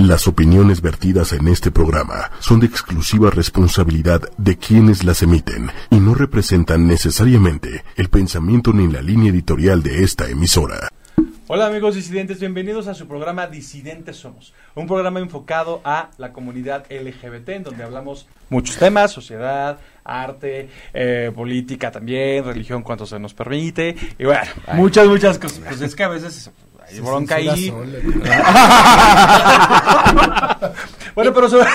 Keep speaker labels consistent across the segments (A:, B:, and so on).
A: Las opiniones vertidas en este programa son de exclusiva responsabilidad de quienes las emiten y no representan necesariamente el pensamiento ni la línea editorial de esta emisora.
B: Hola amigos disidentes, bienvenidos a su programa Disidentes Somos, un programa enfocado a la comunidad LGBT, en donde hablamos muchos temas, sociedad, arte, eh, política también, religión cuanto se nos permite, y bueno, muchas, muchas cosas. Pues es que a veces hay bronca ahí. bueno, pero sobre...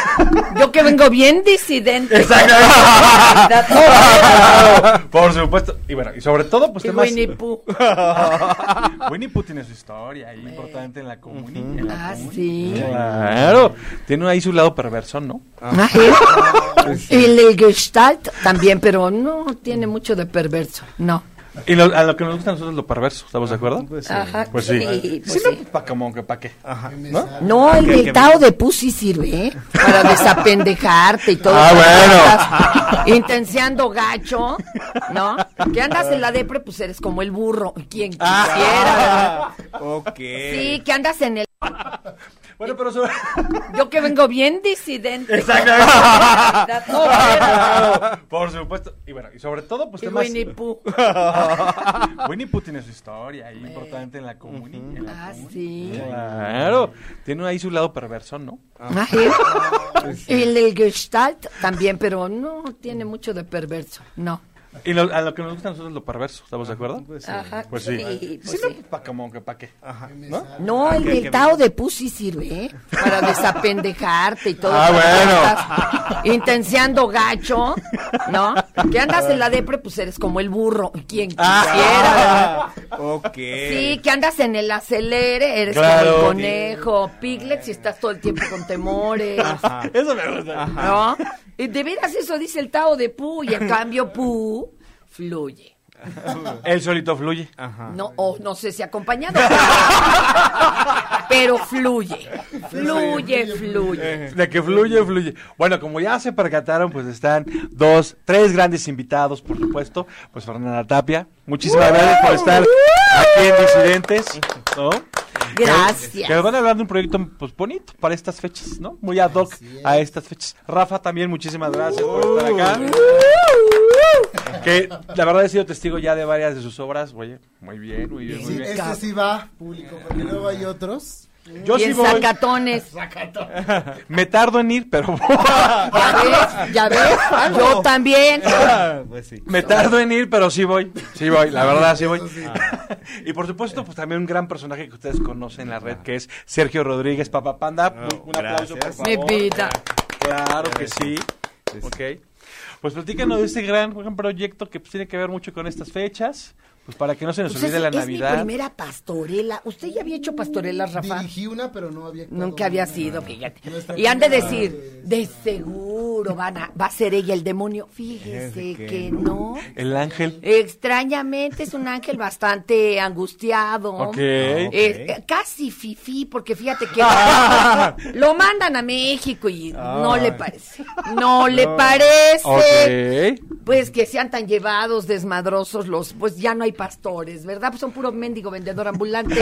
C: Yo que vengo bien disidente.
B: Por supuesto. Y bueno, y sobre todo, pues
C: Y
B: temas...
C: Winnie Pooh.
B: Winnie Pooh tiene su historia ahí importante en la comunidad.
C: Ah, sí.
B: Claro, tiene ahí su lado perverso, ¿no?
C: Ajá. Ah, El, el Gestalt también, pero no tiene mucho de perverso. No.
B: Y lo- a lo que nos gusta a nosotros es lo perverso, ¿estamos de acuerdo?
C: Ajá.
B: Pues sí.
C: pues
B: Sí,
C: sí.
B: no, pa' como que pa' qué.
C: No, el del Tao de Pus sí sirve, ¿eh? Para desapendejarte y todo.
B: Ah,
C: Cuando andas Intenseando gacho, ¿no? Que andas en la depre, pues eres como el burro, quien
B: Ah.
C: quisiera.
D: Ok.
C: Sí, que andas en el...
B: Bueno, pero sobre...
C: Yo que vengo bien disidente.
B: Por supuesto. Y bueno, y sobre todo, pues
C: Y
B: temas...
C: Winnie Pooh.
B: Winnie Pooh tiene su historia ahí importante en la comunidad.
C: Ah, sí.
B: Claro, tiene ahí su lado perverso, ¿no?
C: Ajá. Ah, El, el Gestalt también, pero no tiene mucho de perverso. No.
B: Y lo- a lo que nos gusta a nosotros es lo perverso, ¿estamos de acuerdo?
C: Ajá.
B: Pues sí.
C: pues
B: Sí,
C: sí.
B: no, pa' como que pa' qué.
C: No, el del Tao de Pus sí sirve, ¿eh? Para desapendejarte y todo.
B: Ah,
C: Cuando andas Intenseando gacho, ¿no? Que andas en la depre, pues eres como el burro, quien quisiera.
D: Ok.
C: Sí, que andas en el acelere, eres
B: Eh, Claro.
C: como el conejo, Piglet, y estás todo el tiempo con temores,
B: Eso me gusta.
C: ¿no? Y de veras eso dice el Tao de Pu, y en cambio Pu fluye.
B: Él solito fluye.
C: No, o no sé si acompañado, pero- pero fluye, fluye, fluye.
B: De que fluye, fluye. Bueno, como ya se percataron, pues están dos, tres grandes invitados, por supuesto. Pues Fernanda Tapia, muchísimas gracias por estar aquí en Disidentes, ¿no? Que nos
C: Gracias.
B: van a hablar de un proyecto pues, bonito para estas fechas, ¿no? Muy ad hoc a estas fechas. Rafa también, muchísimas gracias por estar acá. Que la verdad he sido testigo ya de varias de sus obras. Oye, muy bien, muy bien, muy
E: Sí,
B: bien.
E: este sí va público, porque luego hay otros.
B: Yo
C: Y
B: sí
C: en
B: voy.
C: Zacatones,
B: Me tardo en ir, pero
C: ya ves, ya ves, yo también.
B: Ah.
D: Pues sí.
B: Me tardo en ir, pero sí voy. Sí voy, la verdad, sí voy. Y por supuesto, pues también un gran personaje que ustedes conocen en la red, que es Sergio Rodríguez, Papá Panda. Un- un aplauso, por
D: gracias.
C: Mi
B: favor.
C: vida.
B: Pues Claro que sí. Ok. Pues platícanos de este gran, gran proyecto que pues, tiene que ver mucho con estas fechas, pues para que no se nos
C: Pues
B: olvide
C: es,
B: la
C: es mi
B: Navidad.
C: primera pastorela. ¿Usted ya había hecho pastorelas, Rafa?
E: Dirigí una, pero no había. actuado
C: Nunca había
E: nunca.
C: sido, fíjate.
E: Nuestra
C: Y han de
E: primera
C: decir, de seguro van a, va a ser ella el demonio. Fíjese que no.
B: El ángel.
C: Extrañamente es un ángel bastante angustiado.
B: Ok.
C: Es- eh, casi fifí, porque fíjate que lo mandan a México y no le parece. No le parece.
B: Ok.
C: Pues que sean tan llevados, desmadrosos los, pues ya no hay pastores, ¿verdad? Pues son puro mendigo vendedor ambulante.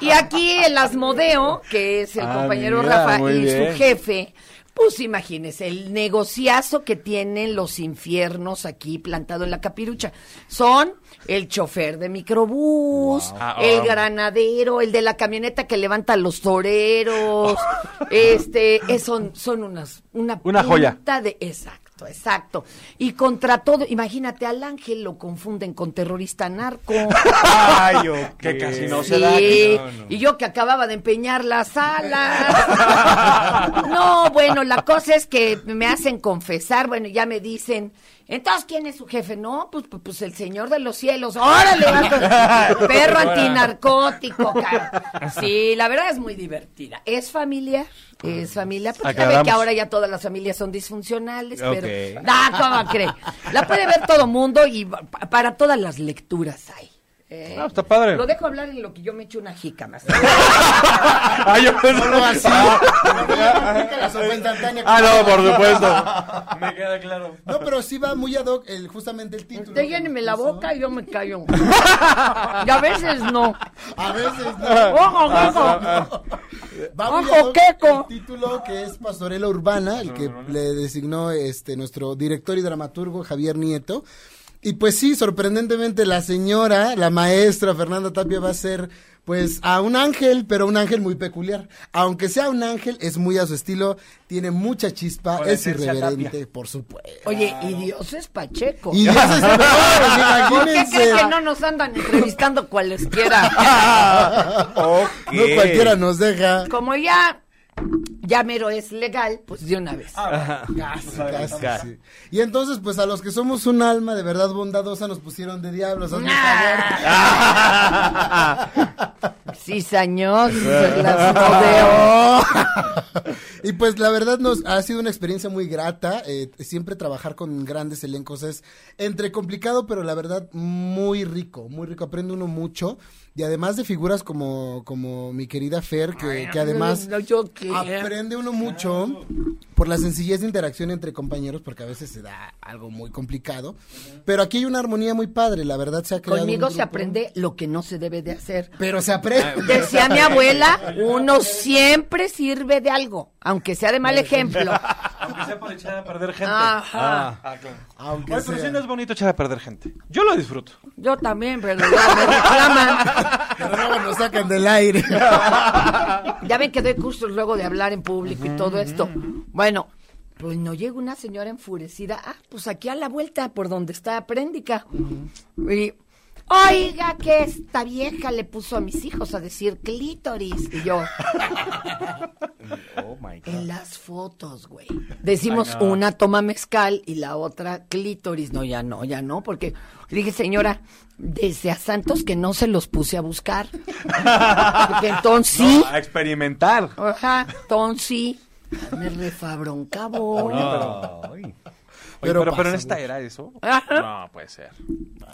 C: y aquí el Asmodeo, que es el
B: Ah,
C: compañero
B: mira,
C: Rafa
B: muy
C: y
B: bien.
C: su jefe, pues imagínese el negociazo que tienen los infiernos aquí plantado en la capirucha. Son el chofer de microbús,
B: Ah,
C: el
B: ah.
C: granadero, el de la camioneta que levanta los toreros, este, es- son, son unas, una
B: Una joya.
C: Punta de, exacto, exacto. Y contra todo, imagínate al ángel lo confunden con terrorista narco.
D: Ay, ok.
B: Que casi no se
C: Sí,
B: da.
C: Y yo que acababa de empeñar las salas. No, bueno, la cosa es que me hacen confesar, bueno, ya me dicen, entonces, ¿quién es su jefe? No, pues, pues, pues, el señor de los cielos. Órale, vato! perro antinarcótico. cara. Sí, la verdad es muy divertida. Es familiar, es familiar. Pues, ya ve
B: Aclaramos.
C: que ahora ya todas las familias son disfuncionales, pero...
D: Ok.
C: Ah, ¿cómo cree? La puede ver todo mundo y pa- para todas las lecturas hay. Eh,
B: Ah, está padre.
C: Lo dejo hablar en lo que yo me echo una jícama.
B: Ah, yo así.
E: La sopa instantánea.
B: Ah, no, por supuesto. Me queda claro.
E: No, pero sí va muy ad hoc el, justamente el título.
C: Usted lléneme la
E: Eso.
C: boca y yo me callo. Y a veces no.
E: A veces no. Ah,
C: Ojo, ojo.
E: Va muy
C: Ojo,
E: ad hoc
C: queco.
E: El título que es Pastorela Urbana, el que le designó este nuestro director y dramaturgo Javier Nieto. Y pues sí, sorprendentemente la señora, la maestra Fernanda Tapia va a ser pues a un ángel, pero un ángel muy peculiar. Aunque sea un ángel, es muy a su estilo, tiene mucha chispa,
B: Con la
E: es
B: esencia
E: irreverente, por supuesto.
C: Oye, y Dios es Pacheco.
E: Y eso es lo peor,
C: ¿Por qué
E: imagínense.
C: crees que no nos andan entrevistando cualesquiera?
D: Ok.
E: No cualquiera nos deja.
C: Como ya, ya mero es legal, pues de una vez.
E: Casi, sí. Y entonces, pues a los que somos un alma de verdad bondadosa nos pusieron de diablos. hazme
C: Ah.
E: favor.
C: Cizañosos, las jodeo.
E: y pues la verdad nos ha sido una experiencia muy grata. eh, siempre trabajar con grandes elencos es entre complicado, pero la verdad muy rico, muy rico. Aprende uno mucho. Y además de figuras como, como mi querida Fer, que, que además...
C: No, yo qué.
E: Aprende uno mucho por la sencillez de interacción entre compañeros, porque a veces se da algo muy complicado. Pero aquí hay una armonía muy padre, la verdad se ha creado. un
C: Conmigo se
E: grupo.
C: aprende lo que no se debe de hacer.
E: Pero se aprende.
C: Decía mi abuela, uno siempre sirve de algo, aunque sea de mal ejemplo.
B: Aunque sea para echar a perder gente.
C: Ajá.
B: Ah, claro.
E: Aunque
B: Oye, pero
E: sea.
B: sí no es bonito echar a perder gente. Yo lo disfruto.
C: Yo también, pero ya me reclaman.
E: Pero luego nos sacan del aire.
C: Ya ven que doy cursos luego de hablar en público y todo esto. Bueno, pues no llega una señora enfurecida. Ah, pues aquí a la vuelta, por donde está Préndica. Y, oiga, que esta vieja le puso a mis hijos a decir clítoris. Y yo,
D: Oh my god.
C: en las fotos, güey. Decimos una toma mezcal y la otra clítoris. No, ya no, ya no, porque le dije, señora, desde a Santos que no se los puse a buscar. Porque entonces sí.
B: No, a experimentar.
C: Ajá, entonces sí. Me refabroncabo.
D: Ay.
B: Oye,
E: Pero
B: pero, pero
E: pasa
B: en esta era eso.
C: Ajá.
B: No, puede ser.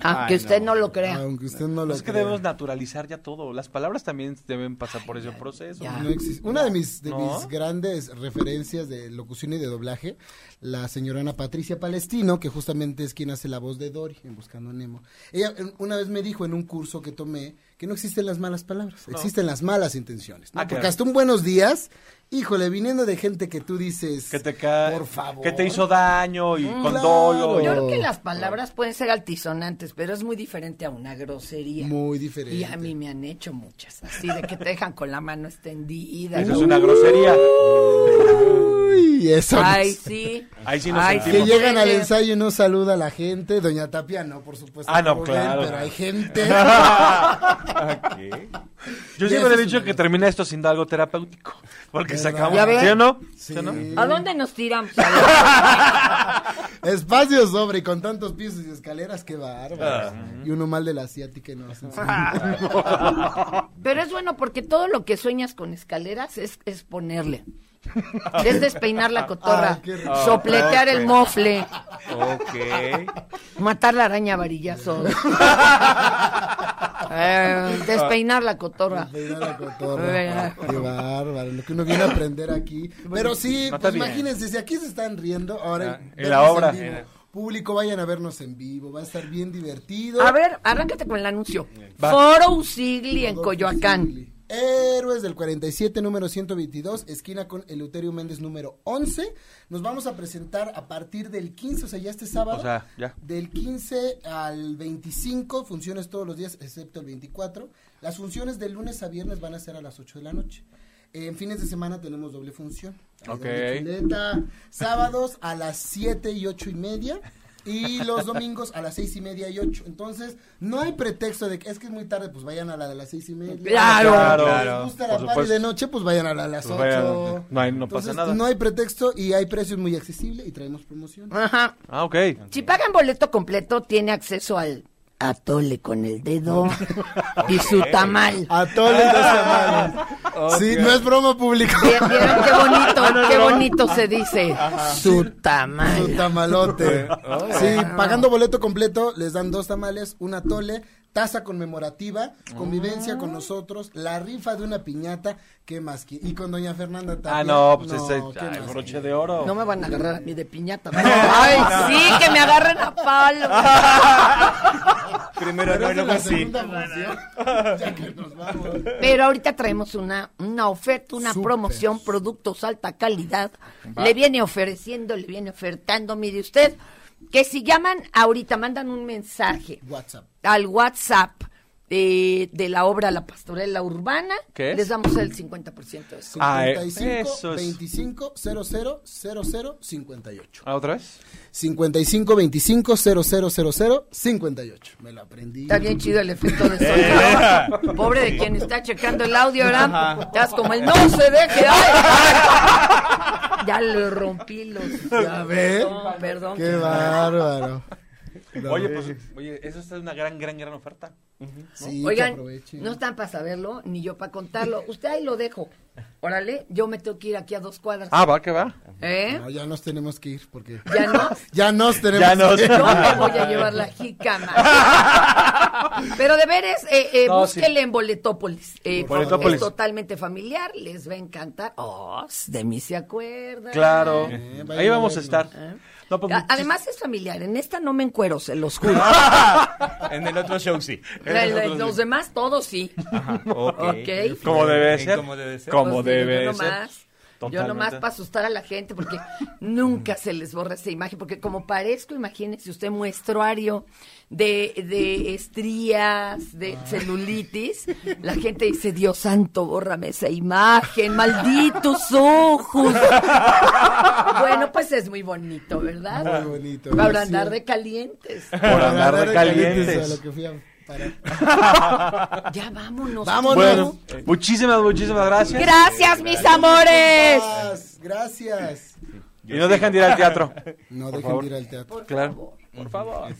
C: Aunque
D: Ay,
C: usted no,
D: no.
C: lo crea.
E: Aunque usted no lo
B: Pues Es que
E: crea.
B: debemos naturalizar ya todo. Las palabras también deben pasar por ese proceso.
C: ya.
E: No existe. Una de mis, de
B: ¿No?
E: mis grandes referencias de locución y de doblaje, la señora Ana Patricia Palestino, que justamente es quien hace la voz de Dory en Buscando a Nemo. Ella eh, una vez me dijo en un curso que tomé que no existen las malas palabras, existen las malas intenciones. ¿no?
B: Ah,
E: Porque
B: claro.
E: hasta un buenos días, híjole, viniendo de gente que tú dices,
B: Que te ca-
E: por favor, Mm,
B: Que te hizo daño y con
E: claro.
B: dolo. y-
C: Yo creo que las palabras pueden ser altisonantes, pero es muy diferente a una grosería.
E: muy diferente.
C: Y a mí me han hecho muchas, así de que te dejan con la mano extendida.
B: Eso
C: ¿no?
B: es una grosería.
E: Uy, eso no
C: Ay,
E: sé.
C: sí.
B: Ahí sí nos
E: Que
B: sentimos.
E: llegan al ensayo y no saluda a la gente. Doña Tapia no, por supuesto.
B: Ah, no,
E: Rubén,
B: claro.
E: Pero hay gente.
D: ¿Qué?
B: Yo
E: Ya,
B: siempre he
E: eso
B: dicho que
E: es una grosería.
B: termina esto sin algo terapéutico. Porque
E: ¿Verdad?
B: sacamos.
C: ¿Ya ves?
B: ¿Sí o no?
E: Sí.
B: o no? Ah,
C: ¿A dónde nos tiramos? A ver,
E: Espacio sobre y con tantos pisos y escaleras, qué bárbaro.
B: Ah,
E: Y uno mal de la asiática y no. sí, sí.
C: Pero es bueno porque todo lo que sueñas con escaleras es, es ponerle. Es despeinar la cotorra,
E: Ay, qué rico.
C: sopletear el mofle,
D: Ok.
C: matar la araña a varillazos, eh, despeinar la cotorra.
E: Peidar la cotorra. Qué bárbaro, lo que uno viene a aprender aquí. Pero sí,
B: No está
E: pues
B: bien.
E: imagínense, si aquí se están riendo, ahora
B: Ah,
E: vernos
B: en la obra.
E: vivo. Público, vayan a vernos en vivo, va a estar bien divertido.
C: A ver, arráncate con el anuncio.
B: Va.
C: Foro Usigli en Coyoacán.
E: Héroes del 47, número 122, esquina con Eleuterio Méndez, número 11. Nos vamos a presentar a partir del 15, o sea, ya este sábado.
B: O sea, ya.
E: Del 15 al 25, funciones todos los días, excepto el 24. Las funciones de lunes a viernes van a ser a las 8 de la noche. En fines de semana tenemos doble función. Ahí
B: Ok.
E: dando chuleta. Sábados a las 7 y 8 y media. Y los domingos a las seis y media y 8. Entonces, no hay pretexto de que es que es muy tarde, pues vayan a la de las seis y media.
C: Claro.
B: Claro,
E: Si les gusta
B: por
E: la party
B: supuesto.
E: de noche, pues vayan a la- a las
B: Pues
E: 8.
B: vayan, no hay- no pasa nada.
E: No hay pretexto y hay precios muy accesibles y traemos promoción.
C: Ajá.
B: Ah, ok.
C: Si pagan boleto completo, tiene acceso al atole con el dedo y su tamal.
E: Atole de
B: Ah.
E: semanas. Sí, no es broma pública.
C: ¿Vieron qué
B: Ah,
C: bonito, qué bonito se dice? Su
E: Su
C: tamal.
E: tamalote.
D: Oh.
E: Sí, pagando boleto completo, les dan dos tamales, un atole, taza conmemorativa, convivencia
B: Ah.
E: con nosotros, la rifa de una piñata, ¿qué más? que- Y con doña Fernanda Tapia.
B: Ah, no, pues ese
E: ¿qué
B: ay,
E: más
B: broche
E: que-
B: de oro.
C: No me van a agarrar a mí de piñata. ¿no? Ay, sí, que me agarren a palo.
D: Primero no
E: Pero es
D: y
E: de
D: luego
E: la
D: sí.
E: segunda función, ya que nos vamos.
C: Pero ahorita traemos una, una oferta, una
E: Súper.
C: promoción, productos alta calidad. Le viene ofreciendo, le viene ofertando, mire usted, que si llaman ahorita, mandan un mensaje
E: WhatsApp.
C: al WhatsApp eh, de la obra La Pastorela Urbana,
B: ¿Qué es?
C: les damos el 50% de eso.
B: Ah, eh,
E: 55
B: eso es.
E: 25 00 00 58.
B: Ah, ¿Otra vez?
E: 55 25 00 00 58. Me lo aprendí.
C: Está bien chido el efecto de sonido. Pobre de quien está checando el audio, ¿verdad? Estás como el no se deje. ay". Ya le rompí los.
E: Ya ve.
C: Perdón, perdón.
E: Qué bárbaro.
B: Oye, pues, oye, eso es una gran, gran, gran oferta.
E: Sí, que
C: Oigan,
E: aprovechen.
C: no están para saberlo, ni yo para contarlo. Usted ahí lo dejo. Órale, yo me tengo que ir aquí a dos cuadras.
B: Ah, va, que va.
C: ¿Eh?
E: No, ya nos tenemos que ir porque
C: Ya no.
E: ya nos tenemos
B: Ya nos-
E: que ir.
C: Yo me voy a llevar la jícama. Pero de veres, eh, eh,
B: No,
C: búsquenle en Boletópolis. eh, porque
B: Boletópolis.
C: Es totalmente familiar, les va a encantar. Oh, de mí se acuerdan.
B: Claro.
E: Eh, vayan
B: Ahí
E: a
B: vamos a
E: vernos.
B: estar. No, pues,
C: A- Además es familiar, en esta no me encuero, se los juro.
D: En el otro show sí.
C: La- la- los demás todos sí.
D: Ajá, ok.
C: Ok.
B: Como debe
D: Sí,
B: ser.
D: como debe ser.
B: Como
C: Pues digo,
B: debe
C: yo
B: ser.
C: nomás, Yo
B: Totalmente.
C: nomás para asustar a la gente, porque nunca se les borra esa imagen, porque como parezco, imagínese usted muestruario de, de estrías, de
B: Ah.
C: celulitis, la gente dice, Dios santo, bórrame esa imagen, malditos ojos. bueno, pues es muy bonito, ¿verdad?
E: Muy bonito.
C: Para
E: sí.
C: andar de calientes.
B: Por andar de
E: a lo
B: calientes.
E: que fui a parar.
C: Ya vámonos.
E: Vámonos.
B: Bueno, Eh, muchísimas, muchísimas gracias.
C: Gracias, mis amores.
E: Gracias, Gracias.
B: Y no dejan de ir al teatro.
E: No
B: Por
E: dejen
B: favor.
E: de ir al teatro.
B: Claro. Por favor.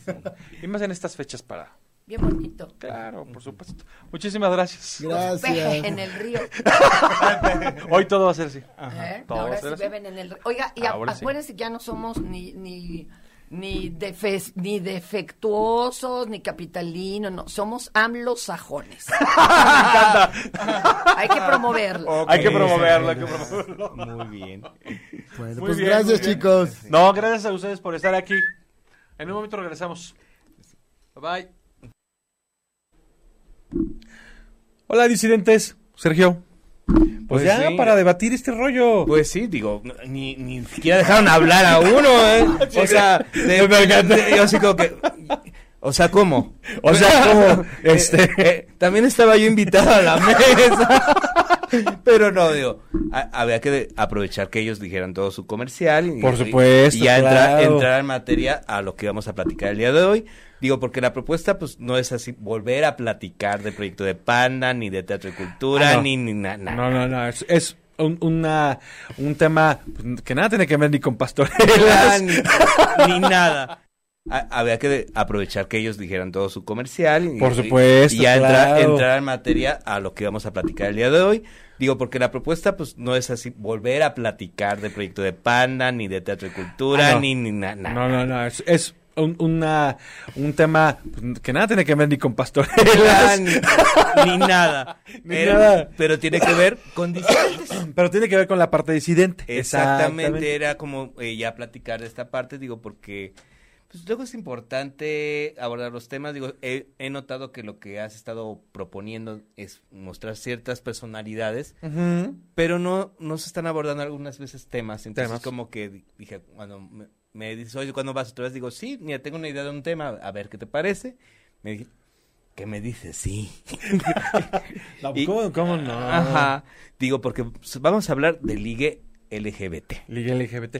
B: Y más en estas fechas para.
C: Bien bonito.
B: Claro, por supuesto. Muchísimas gracias.
E: Gracias.
C: Peje Pues, en el río.
B: Hoy todo va a ser así.
C: ¿eh?
B: Todo
C: Ahora
B: va a ser
C: sí
B: así.
C: beben en el río. Oiga, y a-
B: Ahora sí.
C: acuérdense que ya no somos ni, ni, ni, defe- ni defectuosos, ni capitalinos, no. Somos anglosajones. Hay que promoverlo.
B: Hay que promoverlo, hay que promoverlo.
D: Muy bien.
E: Bueno,
B: Muy
E: pues
B: bien, muy
E: gracias,
B: bien.
E: chicos.
B: No, gracias a ustedes por estar aquí. En un momento regresamos. Bye bye. Hola, disidentes. Sergio. Pues, ya
D: sí.
B: para debatir este rollo.
D: Pues sí, digo, no, ni, ni siquiera dejaron hablar a uno, ¿eh? O sea, de- de- yo así como que... O sea, ¿cómo? O sea, ¿cómo? Este, eh, también estaba yo invitado a la mesa. Pero no, digo, a- había que de- aprovechar que ellos dijeran todo su comercial. y-
B: Por supuesto,
D: Y ya entra-
B: claro.
D: entrar en materia a lo que vamos a platicar el día de hoy. Digo, porque la propuesta, pues, no es así, volver a platicar de proyecto de Panda, ni de Teatro y Cultura,
B: Ah, no.
D: ni, ni nada. Na,
B: No, no, no. Es, es un, una, un tema pues, que nada tiene que ver ni con pastorelas.
D: ni, ni nada. A- había que de- aprovechar que ellos dijeran todo su comercial. y-
B: Por supuesto,
D: Y ya entra-
B: claro.
D: entrar en materia a lo que vamos a platicar el día de hoy. Digo, porque la propuesta, pues, no es así, volver a platicar de proyecto de Panda, ni de Teatro y Cultura,
B: Ah, no.
D: ni, ni nada. Na,
B: No, no, no. Es, es un, una, un tema pues, que nada tiene que ver ni con pastorelas.
D: Ni, ni nada.
B: Ni
D: Era-
B: nada.
D: Pero tiene que ver con disidentes.
B: Pero tiene que ver con la parte disidente.
D: Exactamente, era como eh, ya platicar de esta parte, digo, porque pues, luego es importante abordar los temas. Digo, he, he notado que lo que has estado proponiendo es mostrar ciertas personalidades,
B: Ujú.
D: pero no, no se están abordando algunas veces temas. Entonces,
B: Temas.
D: como que di- dije, cuando me, me dices, oye, ¿cuándo vas otra vez? Digo, sí, mira, tengo una idea de un tema, a ver qué te parece. Me dije, ¿qué me dices? Sí.
B: No,
D: Y-
B: ¿cómo, cómo no?
D: Ajá. Digo, porque pues, vamos a hablar de ligue LGBT.
B: Liga LGBT.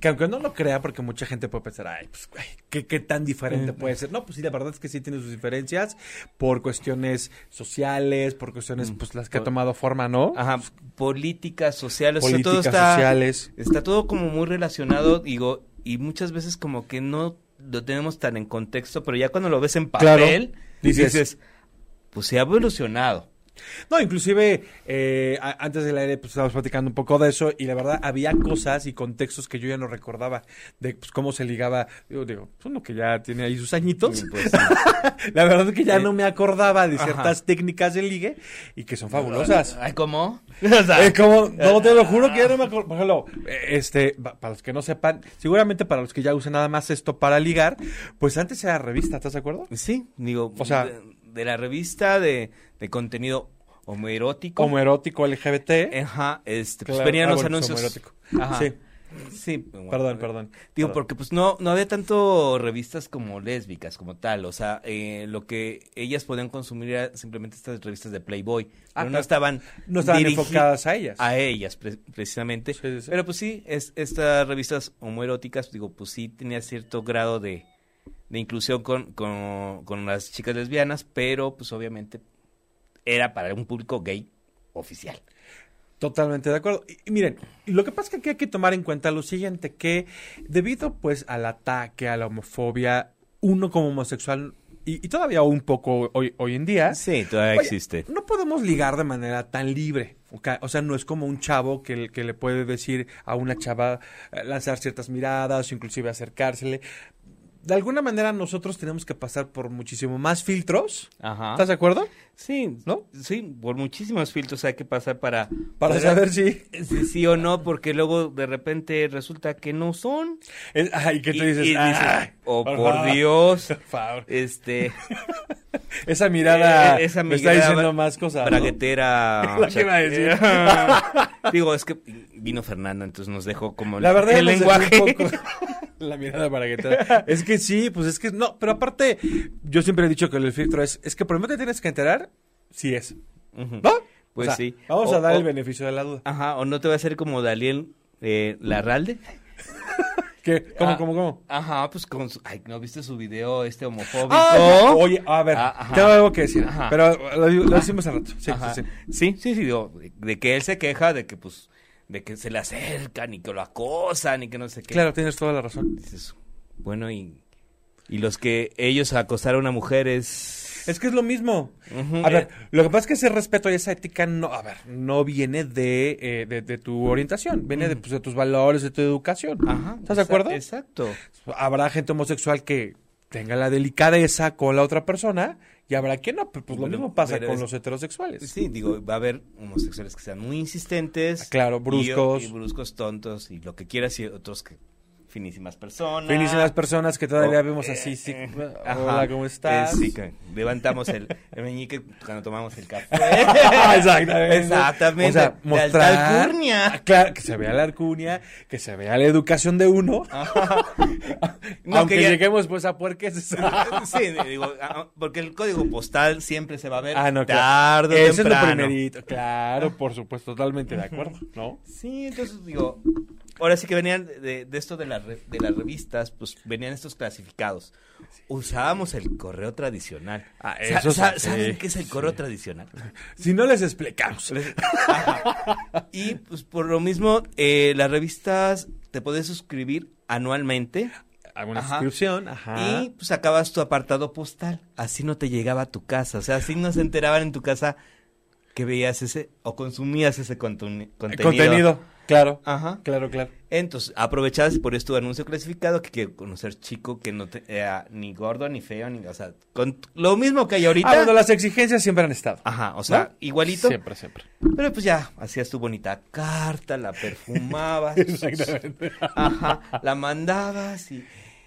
B: Que aunque no lo crea, porque mucha gente puede pensar, ay, pues, ay, ¿qué, qué tan diferente puede ser? No, pues sí, la verdad es que sí tiene sus diferencias por cuestiones sociales, por cuestiones, pues, las que ha tomado forma, ¿no?
D: Ajá, políticas sociales, o sea,
B: Políticas
D: Ah, todo está,
B: sociales.
D: Está todo como muy relacionado, digo, y muchas veces como que no lo tenemos tan en contexto, pero ya cuando lo ves en
B: Claro.
D: papel,
B: Dices-
D: dices, pues se ha evolucionado.
B: No, inclusive eh, a- antes del aire pues, estábamos platicando un poco de eso y la verdad había cosas y contextos que yo ya no recordaba de pues, cómo se ligaba, digo, digo, pues, uno que ya tiene ahí sus añitos, la verdad es que ya no me acordaba de ciertas técnicas de ligue y que son fabulosas.
D: Ay, ¿cómo?
B: Es como, no te lo juro que ya no me acuerdo. Por ejemplo, eh, este, pa- para los que no sepan, seguramente para los que ya usan nada más esto para ligar, pues antes era revista, ¿estás de acuerdo?
D: Sí, digo,
B: O sea-
D: de, de la revista de, de contenido homoerótico.
B: Como erótico LGBT.
D: Ajá, este, pues
B: Claro.
D: venían
B: Ah,
D: los
B: bueno, pues,
D: anuncios.
B: homoerótico.
D: Ajá.
B: Sí.
D: Sí, bueno,
B: Perdón,
D: eh,
B: perdón.
D: Digo,
B: Perdón.
D: porque pues no, no había tanto revistas como lésbicas, como tal. O sea, eh, lo que ellas podían consumir era simplemente estas revistas de Playboy.
B: Ah,
D: pero no
B: claro.
D: estaban,
B: No estaban
D: dirigi-
B: enfocadas a ellas.
D: A ellas, pre- precisamente.
B: Sí, sí, sí.
D: Pero pues sí, es- estas revistas homoeróticas, digo, pues sí tenía cierto grado de, de inclusión con, con, con las chicas lesbianas, pero pues obviamente era para un público gay oficial.
B: Totalmente de acuerdo. Y, y miren, y lo que pasa es que aquí hay que tomar en cuenta lo siguiente, que debido pues al ataque, a la homofobia, uno como homosexual, y, y todavía un poco hoy, hoy en día,
D: Sí, todavía
B: ¿Ah? Oye, No podemos ligar de manera tan libre. ¿ok? O sea, no es como un chavo que, le- que le puede decir a una chava, eh, lanzar ciertas miradas, inclusive acercársele. De alguna manera nosotros tenemos que pasar por muchísimo más filtros.
D: Ajá.
B: ¿Estás de acuerdo?
D: Sí,
B: ¿No?
D: Sí, por muchísimos filtros hay que pasar para...
B: Para
D: Pues,
B: saber si...
D: si sí o no, porque luego de repente resulta que no son.
B: Es- Ay, ¿qué
D: Y-
B: te dices?
D: y dices,
B: Ay,
D: oh, por,
B: favor,
D: Dios.
B: por favor.
D: Este,
B: Esa mirada
D: eh, esa
B: me está
D: mirada
B: diciendo más cosas. ¿no?
D: braguetera.
B: Lo que iba a decir.
D: Digo, es que vino Fernanda, entonces nos dejó como
B: La verdad
D: el
B: nos dejó un
D: lenguaje.
B: poco- La mirada braguetera. Es que sí, pues es que no. Pero aparte, yo siempre he dicho que el filtro es, es que primero te tienes que enterar si es.
D: Ujú.
B: ¿No?
D: Pues
B: O sea,
D: sí.
B: Vamos
D: O-
B: a dar
D: o-
B: el beneficio de la duda.
D: Ajá, o no te va a hacer como Daliel eh, Larralde.
B: ¿Qué? ¿Cómo,
D: Ah.
B: cómo, cómo?
D: Ajá, pues con su... Ay, ¿no viste su video este homofóbico?
B: Ah, Oye, a ver,
D: Ah, ajá.
B: tengo algo que decir.
D: Ajá. Ah.
B: Pero lo, digo- lo decimos al rato. Sí,
D: Ajá.
B: sí, sí.
D: sí, sí, sí, digo, de que él se queja de que, pues, de que se le acercan y que lo acosan y que no sé qué.
B: Claro, tienes toda la razón.
D: Dices, bueno, y, y los que ellos acosaron a mujeres...
B: Es que es lo mismo.
D: Ujú.
B: A ver, lo que pasa es que ese respeto y esa ética no, a ver, no viene de, eh, de, de tu orientación, viene de, pues, de tus valores, de tu educación. ¿Estás de
D: exa-
B: acuerdo?
D: Exacto.
B: habrá gente homosexual que tenga la delicadeza con la otra persona y habrá que no, pero pues lo
D: Pero-
B: mismo pasa
D: pero
B: con
D: es-
B: los heterosexuales.
D: Sí, digo, va a haber homosexuales que sean muy insistentes.
B: Ah, claro,
D: y-
B: bruscos.
D: Y, bruscos, tontos, y lo que quieras, y otros que... Finísimas personas.
B: Finísimas personas que todavía
D: Oh,
B: vemos
D: eh,
B: así, sí.
D: Ajá.
B: Hola, ¿cómo estás?
D: Eh, sí, que levantamos el, el meñique cuando tomamos el café.
B: Exactamente.
D: Exactamente.
B: O sea,
D: De
B: mostrar.
D: alta alcurnia.
B: Ah, Claro, que se vea la alcurnia, que se vea la educación de uno.
D: Ah, No,
B: Aunque
D: que ya-
B: lleguemos pues a puerques.
D: Sí, digo, ah, porque el código postal siempre se va a ver
B: Ah, no, claro.
D: tarde o
B: Eso es lo
D: temprano.
B: primerito. Claro, por supuesto, totalmente de acuerdo, ¿no?
D: Sí, entonces digo, ahora sí que venían de, de esto de, las re- de las revistas, pues venían estos clasificados. Usábamos el correo tradicional.
B: Ah,
D: Sa-
B: eso
D: sa-
B: sí.
D: ¿Saben qué es el correo tradicional?
B: Si no les explicamos.
D: Y pues por lo mismo, eh, las revistas te podés suscribir anualmente
B: Alguna
D: Ajá.
B: suscripción, ajá.
D: y pues sacabas tu apartado postal. Así no te llegaba a tu casa, o sea, así no se enteraban en tu casa que veías ese o consumías ese contuni- contenido.
B: Contenido, claro.
D: Ajá.
B: Claro, claro.
D: Entonces, aprovechabas por esto tu anuncio clasificado que quiero conocer chico que no te, era ni gordo, ni feo, ni, o sea, con lo mismo que hay
B: Ah, bueno,
D: ahorita.
B: las exigencias siempre han estado.
D: Ajá, o sea,
B: ¿No?
D: igualito.
B: Siempre, siempre.
D: Pero pues ya, hacías tu bonita carta, la perfumabas.
B: Exactamente.
D: Ajá, la mandabas y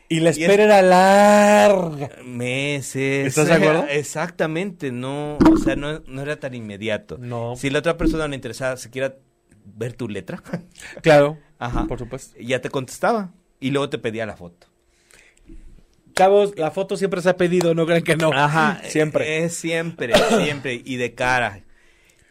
B: Y la
D: Y es-
B: espera era larga.
D: meses.
B: ¿Estás de acuerdo?
D: Exactamente, no, o sea, no, no era tan inmediato.
B: No.
D: Si la otra persona le interesaba, se quiera ver tu letra,
B: Claro.
D: Ajá.
B: Por supuesto.
D: ya te contestaba y luego te pedía la foto.
B: Chavos, la foto siempre se ha pedido, no crean que no.
D: Ajá.
B: Siempre.
D: Es Eh, siempre, siempre. Y de cara.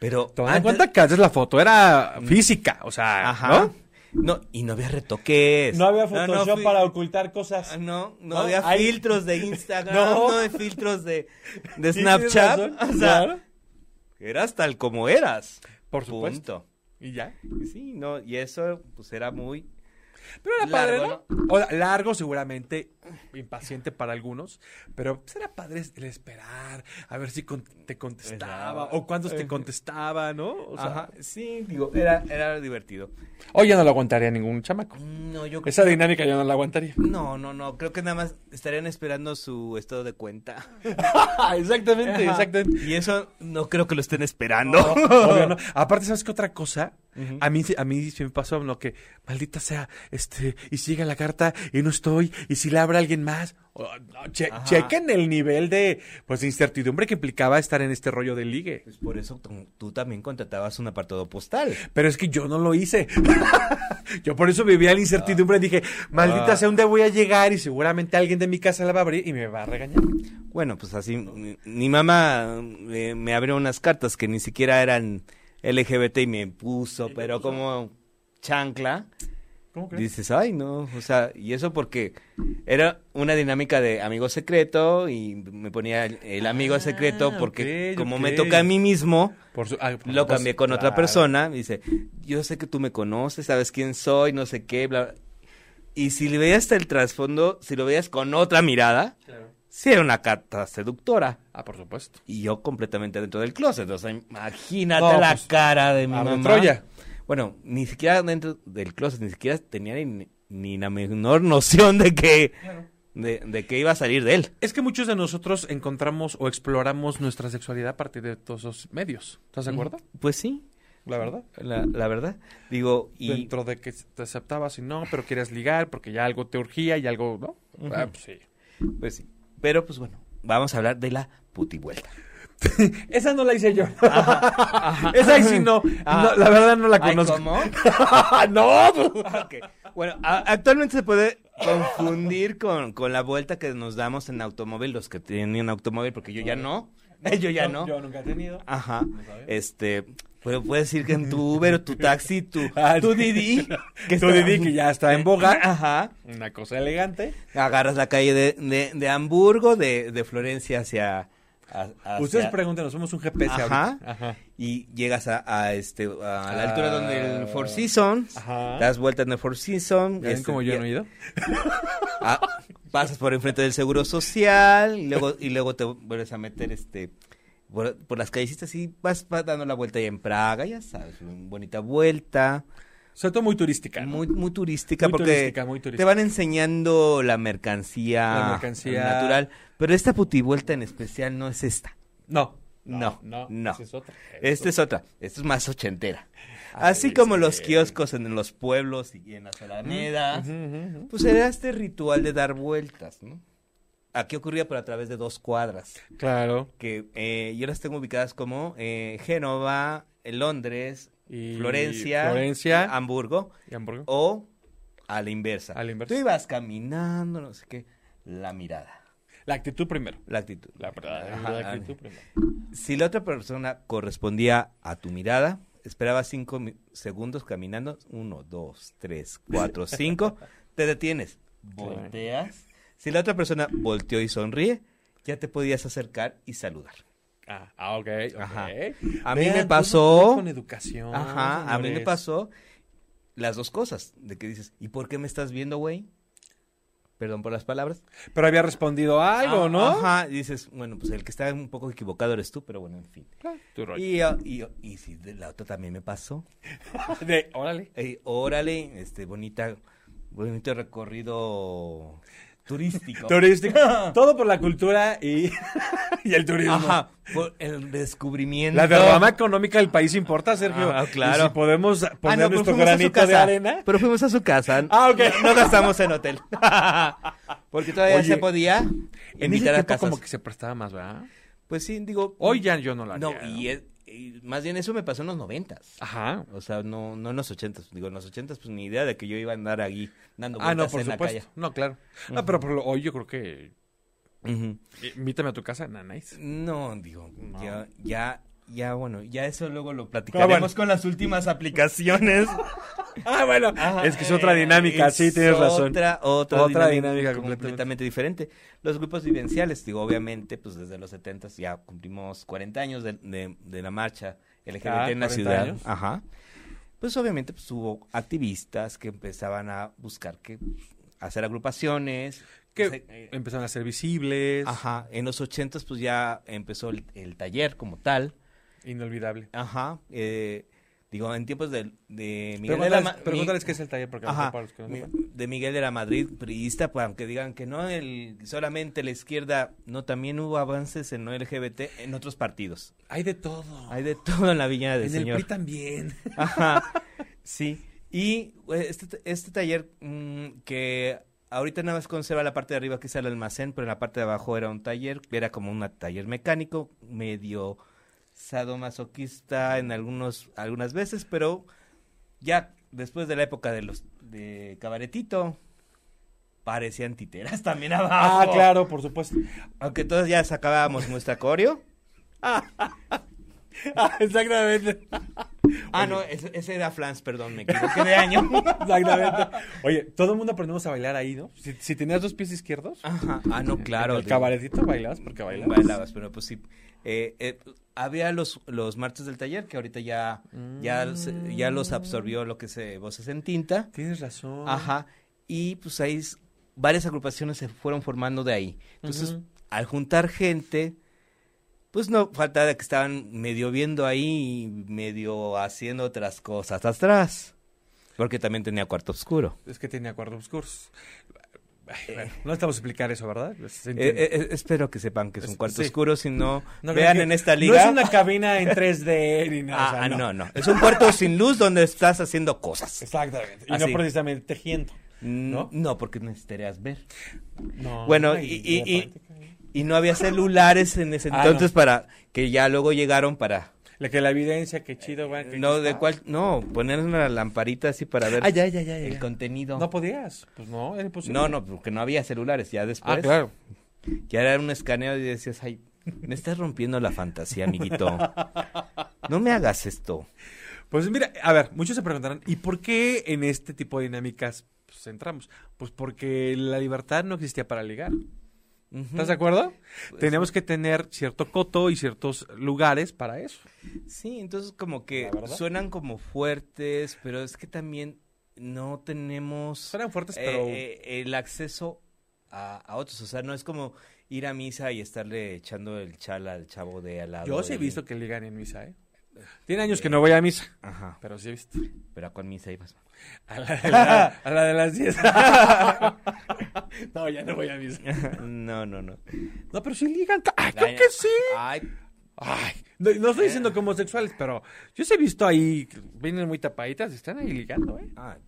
D: Pero.
B: Tomando en
D: antes-
B: cuenta que antes la foto era física, o sea,
D: Ajá.
B: ¿no?
D: ¿no? y no había retoques. fui-
B: ocultar cosas.
D: Ah, No, no,
B: ¿No?
D: había
B: Ahí-
D: filtros de Instagram,
B: No.
D: no, había filtros de, de
B: Sí, tienes
D: Snapchat.
B: razón,
D: O sea,
B: claro.
D: eras tal como eras.
B: Por supuesto.
D: Punto.
B: Y ya.
D: Sí, no, y eso pues era muy
B: Pero era padre,
D: Largo,
B: ¿no? O sea, largo, seguramente, impaciente para algunos, pero pues, era padre es- el esperar, a ver si con- te contestaba, o cuántos te contestaba, ¿no? O sea,
D: Ajá, sí, digo, era, era divertido. Mm,
B: Hoy ya no lo aguantaría ningún chamaco.
D: No, yo
B: Esa dinámica ya no la aguantaría.
D: No, no, no, creo que nada más estarían esperando su estado de cuenta.
B: exactamente, exactamente.
D: Y eso no creo que lo estén esperando.
B: Obvio, ¿no? Aparte, ¿sabes qué otra cosa? A mí sí- a mí sí me pasó lo que, maldita sea, este, y si llega la carta y no estoy, y si la abre alguien más. Oh, no, che- chequen el nivel de, pues, de incertidumbre que implicaba estar en este rollo de ligue.
D: Pues por eso tú, tú también contratabas un apartado postal.
B: Pero es que yo no lo hice. yo por eso vivía la incertidumbre. Dije, maldita
D: Ah.
B: sea, un día voy a llegar y seguramente alguien de mi casa la va a abrir y me va a regañar.
D: Bueno, pues así, mi, mi mamá eh, me abrió unas cartas que ni siquiera eran LGBT y me puso, pero como chancla.
B: ¿Cómo
D: Dices, ay, no, o sea, y eso porque era una dinámica de amigo secreto y me ponía el, el amigo
B: Ah,
D: secreto porque
B: ok,
D: como
B: ok.
D: me toca a mí mismo,
B: Por su- ah, por
D: lo
B: supuesto,
D: cambié con otra
B: claro.
D: persona, me dice, yo sé que tú me conoces, sabes quién soy, no sé qué, bla, bla. Y si le veías el trasfondo, si lo veías con otra mirada, sí era una carta seductora.
B: Ah, por supuesto.
D: Y yo completamente dentro del closet, o sea, imagínate
B: No,
D: la
B: pues,
D: cara de mi
B: a de
D: mamá.
B: Troya.
D: Bueno, ni siquiera dentro del closet, ni siquiera tenía ni, ni la menor noción de que, de, de que iba a salir de él.
B: Es que muchos de nosotros encontramos o exploramos nuestra sexualidad a partir de todos esos medios. ¿Estás de acuerdo?
D: Pues sí,
B: La verdad.
D: la, la verdad. Digo, y...
B: Dentro de que te aceptabas y no, pero querías ligar porque ya algo te urgía y algo, ¿no? Ah, pues sí.
D: Pues sí. Pero pues bueno, vamos a hablar de la putivuelta.
B: Esa no la hice yo. Esa ahí sí no.
D: Ah.
B: No, La verdad no la conozco. Ah, pues,
D: no. Oh, pues, Bueno, a- actualmente se puede confundir con, con la vuelta que nos damos en automóvil, los que tienen automóvil, porque yo ya no. Yo ya no.
B: nunca he tenido.
D: Ajá. Este, pero puedes ir que en tu Uber, o tu taxi, tu,
B: Ah,
D: tu Didi.
B: tu Didi que ya está en boga.
D: Ajá.
B: Una cosa elegante.
D: Agarras la calle de, de, de Hamburgo, de, de Florencia hacia... a- hacia-
B: Ustedes pregúntenos, somos un GPS
D: Ajá.
B: ahorita. Ajá.
D: Y llegas a, a este, a la
B: Ah.
D: altura donde el Four Seasons,
B: Ajá.
D: das vuelta en el Four
B: ¿Ya
D: Seasons.
B: ven
D: este,
B: como yo no he ido?
D: Ah, pasas por enfrente del Seguro Social y luego, y luego te vuelves a meter este por, por las callecitas y vas, vas dando la vuelta ahí en Praga, ya sabes, una bonita vuelta,
B: Sobre todo muy turística. ¿no?
D: muy, muy turística
B: Muy
D: porque
B: turística, muy turística.
D: te van enseñando la mercancía,
B: La mercancía.
D: natural, pero esta putivuelta en especial no es esta.
B: No.
D: No,
B: No.
D: no.
B: esa es otra.
D: Esta es otra, esta es más ochentera.
B: Ah,
D: Así
B: sí,
D: como
B: sí.
D: los kioscos en los pueblos y en las alamedas, pues era este ritual de dar vueltas, ¿no? Aquí ocurría pero a través de dos cuadras,
B: Claro.
D: que eh, yo las tengo ubicadas como eh, Génova, eh, Londres,
B: Y
D: Florencia,
B: Florencia.
D: Hamburgo,
B: ¿Y Hamburgo?
D: o a la inversa.
B: A la inversa.
D: Tú ibas caminando, no sé qué, la mirada,
B: La actitud primero.
D: la actitud.
B: La verdad.
D: Ajá,
B: la actitud primero.
D: Si la otra persona correspondía a tu mirada, esperaba cinco mi- segundos caminando, uno, dos, tres, cuatro, cinco, te detienes, volteas. Si la otra persona volteó y sonríe, ya te podías acercar y saludar.
B: Ah, ah, ok.
D: Ajá.
B: ok.
D: A mí me
B: todo
D: pasó-
B: tiene Con educación.
D: Ajá, a mí me
B: señores.
D: pasó las dos cosas, de que dices, ¿y por qué me estás viendo, güey? Perdón por las palabras.
B: Pero había respondido algo,
D: Ah,
B: ¿no?
D: Ajá, y dices, bueno, pues el que está un poco equivocado eres tú, pero bueno, en fin.
B: Tu rollo.
D: Y, ah, y, y si de la otra también me pasó.
B: De, órale.
D: Eh, órale, este bonita, bonito recorrido turístico.
B: Turístico. Todo por la cultura y, y el turismo.
D: Ajá, por el descubrimiento.
B: La derrama económica del país importa, Sergio.
D: Ah, claro.
B: Y si podemos
D: Ah,
B: poner
D: no, pero
B: nuestro
D: fuimos a su
B: granito de
D: casa,
B: arena.
D: Pero fuimos a su casa.
B: Ah, ok.
D: No, no gastamos en hotel. Porque todavía
B: Oye,
D: se podía
B: En ese
D: invitar a
B: tiempo
D: casas.
B: como que se prestaba más, ¿verdad?
D: Pues sí, digo.
B: Hoy ya yo no la haría.
D: No, y, es- y más bien eso me pasó en los noventas.
B: Ajá.
D: O sea, no, no en los ochentas. Digo, en los ochentas, pues ni idea de que yo iba a andar ahí dando vueltas
B: Ah, no, por
D: en la
B: supuesto.
D: calle.
B: No, claro. No, pero por lo- hoy yo creo que...
D: Ujú.
B: Invítame a tu casa, nah, nice.
D: No, digo, ya, ya, ya, bueno, ya eso luego lo platicaremos
B: Ah, bueno.
D: con las últimas aplicaciones.
B: Ah, bueno. es que es otra dinámica,
D: Es
B: sí, tienes razón.
D: Otra, otra,
B: Otra
D: dinámica,
B: dinámica
D: completamente.
B: completamente
D: diferente. Los grupos vivenciales, digo, obviamente, pues desde los 70 ya cumplimos 40 años de, de- de la marcha LGBT
B: Ah,
D: en la
B: 40
D: ciudad.
B: años.
D: Ajá. pues obviamente pues, hubo activistas que empezaban a buscar que hacer agrupaciones.
B: Que
D: Se- eh,
B: empezaron a ser visibles.
D: Ajá, en los ochentas pues ya empezó el, el taller como tal.
B: Inolvidable.
D: Ajá, eh, digo, en tiempos de, de Miguel de la
B: Pregúntales,
D: Ma- Mi-
B: pregúntales qué es el taller porque a lo
D: Ajá,
B: mejor para los que no
D: Mi-
B: sepan.
D: de Miguel de la Madrid, priista, pues, aunque digan que no, el, solamente la izquierda, no, también hubo avances en no LGBT en otros partidos.
B: Hay de todo.
D: Hay de todo en la viña del
B: en
D: señor.
B: el PRI también.
D: Ajá, sí. Y eh, este, este taller mm, que ahorita nada más conserva la parte de arriba que es el almacén, pero en la parte de abajo era un taller, era como un taller mecánico, medio sadomasoquista en algunos algunas veces, pero ya después de la época de los de cabaretito parecían titeras también abajo.
B: Ah, claro, por supuesto.
D: Aunque todos ya sacábamos nuestra coreo.
B: Ah, exactamente.
D: Ah, no, ese, ese era Flans, perdón, me equivoqué de año.
B: Exactamente. Oye, todo el mundo aprendimos a bailar ahí, ¿no? Si, si tenías dos pies izquierdos,
D: Ajá. Ah, no, claro.
B: en el
D: digo.
B: cabaretito bailabas porque bailabas.
D: Bailabas, pero pues sí. Eh, eh, había los, los martes del taller que ahorita ya,
B: Mm.
D: ya, se- ya los absorbió lo que se Voces en Tinta.
B: Tienes razón.
D: Ajá. Y pues ahí s- varias agrupaciones se fueron formando de ahí. Entonces,
B: Ujú.
D: al juntar gente, pues no falta de que estaban medio viendo ahí y medio haciendo otras cosas atrás. Porque también tenía cuarto oscuro.
B: Es que tenía cuartos oscuros. Ay, bueno, no estamos a explicar eso, ¿verdad? Se
D: Eh,
B: entiende.
D: eh, eh, espero que sepan que es un
B: Es- sí.
D: cuarto oscuro, si no,
B: No
D: vean
B: crean que-
D: en esta liga.
B: No es una cabina en 3D ni nada. o sea,
D: Ah, no. no, Es un cuarto sin luz donde estás haciendo cosas.
B: Exactamente. Y
D: Así.
B: no precisamente tejiendo.
D: ¿No?
B: ¿No?
D: no, porque necesitarías ver.
B: No,
D: Bueno,
B: ay,
D: y-
B: la
D: y- y-
B: práctica.
D: Y no había celulares en ese
B: Ah,
D: entonces
B: no.
D: para que ya luego llegaron para
B: La que la evidencia, qué chido, güey. que-
D: Eh, no de cuál no poner una lamparita así para ver
B: Ah, ya, ya, ya. ya,
D: el
B: ya.
D: contenido.
B: No podías. Pues no, era imposible.
D: no, pues, no, porque no había celulares ya después.
B: Ah, claro.
D: Ya era un escaneo y decías, "Ay, me estás rompiendo la fantasía, amiguito. No me hagas esto."
B: Pues mira, a ver, muchos se preguntarán, ¿y por qué en este tipo de dinámicas pues, entramos? Pues porque la libertad no existía para ligar.
D: Ujú.
B: ¿Estás de acuerdo? Tenemos que tener cierto coto y ciertos lugares para eso.
D: Sí, entonces como que
B: La verdad.
D: suenan como fuertes, pero es que también no tenemos
B: Suenan fuertes,
D: eh,
B: pero...
D: eh, el acceso a, a otros. O sea, no es como ir a misa y estarle echando el chal al chavo de al lado.
B: yo sí he
D: y-
B: visto que ligan en misa, ¿eh? Tiene años que no voy a misa,
D: Ajá,
B: pero sí he visto.
D: pero ¿a cuál misa ibas?
B: A la de, la- a la de las 10. no, ya no voy a misa.
D: no, no, no.
B: No, pero sí ligan. ¡Ay, creo que sí!
D: Ay,
B: Ay, no, no estoy diciendo que homosexuales, pero yo sí he visto ahí, que vienen muy tapaditas y están ahí ligando, ¿eh?
D: ay,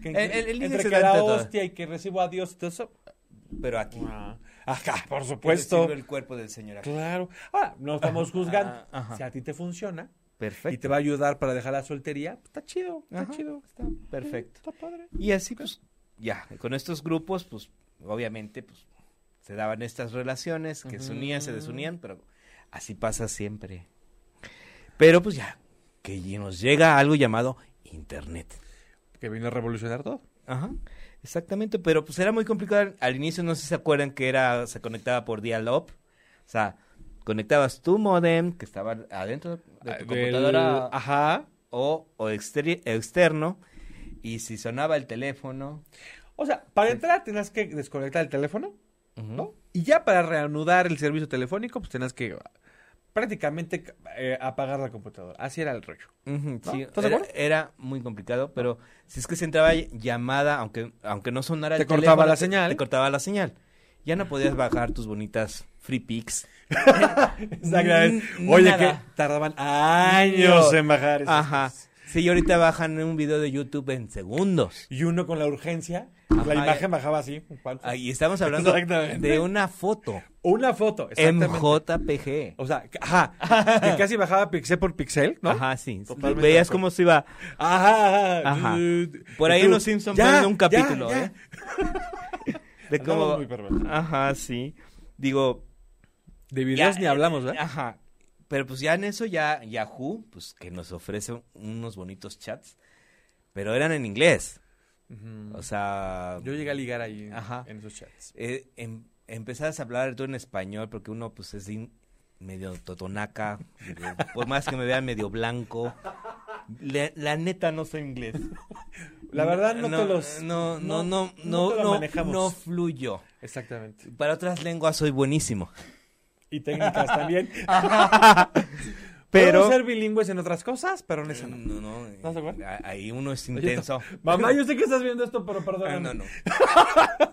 B: Que
D: El-
B: entre-
D: el- el líder
B: entre
D: se
B: que
D: da
B: la
D: ante todo.
B: hostia y que recibo a Dios y todo eso. ah,
D: pero aquí.
B: Ajá, por
D: ¿qué le
B: supuesto.
D: sirve el cuerpo del señor aquí?
B: Claro. Ahora, no estamos juzgando.
D: Ah, ajá.
B: Si a ti te funciona
D: Perfecto.
B: y te va a ayudar para dejar la soltería, pues, está chido, está
D: Ajá,
B: chido.
D: está perfecto.
B: Está padre.
D: Y así, pues, ya, con estos grupos, pues, obviamente, pues, se daban estas relaciones que se unían, se desunían, pero así pasa siempre. Pero, pues, ya, que nos llega algo llamado Internet.
B: Que vino a revolucionar todo.
D: Ajá, exactamente, pero, pues, era muy complicado. Al inicio, no sé si se acuerdan que era, se conectaba por dial-up, o sea, conectabas tu modem, que estaba adentro de tu
B: Ah, del-
D: computadora,
B: Ajá.
D: o, o exteri- externo, y si sonaba el teléfono...
B: O sea, para entrar tenías que desconectar el teléfono,
D: ujú.
B: ¿no? Y ya para reanudar el servicio telefónico, pues tenías que ah, prácticamente eh, apagar la computadora. Así era el rollo.
D: Ujú,
B: ¿No?
D: sí,
B: ¿Estás de
D: era,
B: acuerdo?
D: era muy complicado, pero si es que se entraba ll- llamada, aunque, aunque no sonara
B: Te
D: el
B: cortaba
D: teléfono,
B: la
D: te-
B: señal.
D: Te cortaba la señal. Ya no podías bajar tus bonitas free pics.
B: Exactamente.
D: Mm,
B: Oye,
D: nada.
B: que tardaban años
D: Yo-
B: en bajar. esas
D: Ajá.
B: cosas.
D: Sí, y ahorita bajan un video de YouTube en segundos.
B: Y uno con la urgencia,
D: Ajá,
B: la
D: ya.
B: imagen bajaba así. un cuarto.
D: Ahí estamos hablando
B: Exactamente.
D: de una foto
B: Una foto,
D: en
B: exactamente.
D: JPG.
B: O sea, que- ajá, que casi bajaba pixel por pixel, ¿no?
D: Ajá, sí.
B: Totalmente de
D: Veías
B: acuerdo.
D: cómo se iba.
B: Ajá, ajá.
D: Ajá.
B: Y
D: Por ahí
B: tú,
D: en Los Simpsons
B: ya,
D: ponen un
B: ya,
D: capítulo,
B: ya.
D: ¿eh? De
B: Andamos
D: cómo.
B: muy perversos.
D: Ajá, sí. Digo,
B: De videos
D: Ya,
B: ni
D: eh,
B: hablamos, ¿verdad?
D: Ajá. Pero pues ya en eso ya Yahoo, pues que nos ofrece unos bonitos chats, pero eran en inglés. O sea,
B: Yo llegué a ligar ahí
D: Ajá.
B: en esos chats.
D: eh, em- empezabas a hablar tú en español porque uno pues es in- medio totonaca, digo, por más que me vea medio blanco, Le- la neta no sé inglés.
B: La verdad no, te los...
D: no, no, no, no,
B: te lo
D: no,
B: manejamos.
D: no fluyo.
B: Exactamente.
D: Para otras lenguas soy buenísimo.
B: Y técnicas también.
D: Pero-
B: Podemos ser bilingües en otras cosas, pero en esa no.
D: No, no, eh,
B: ¿Estás de acuerdo?
D: a- ahí uno es intenso.
B: Mamá, yo sé que estás viendo esto, pero
D: Ah,
B: perdóname.
D: no, no.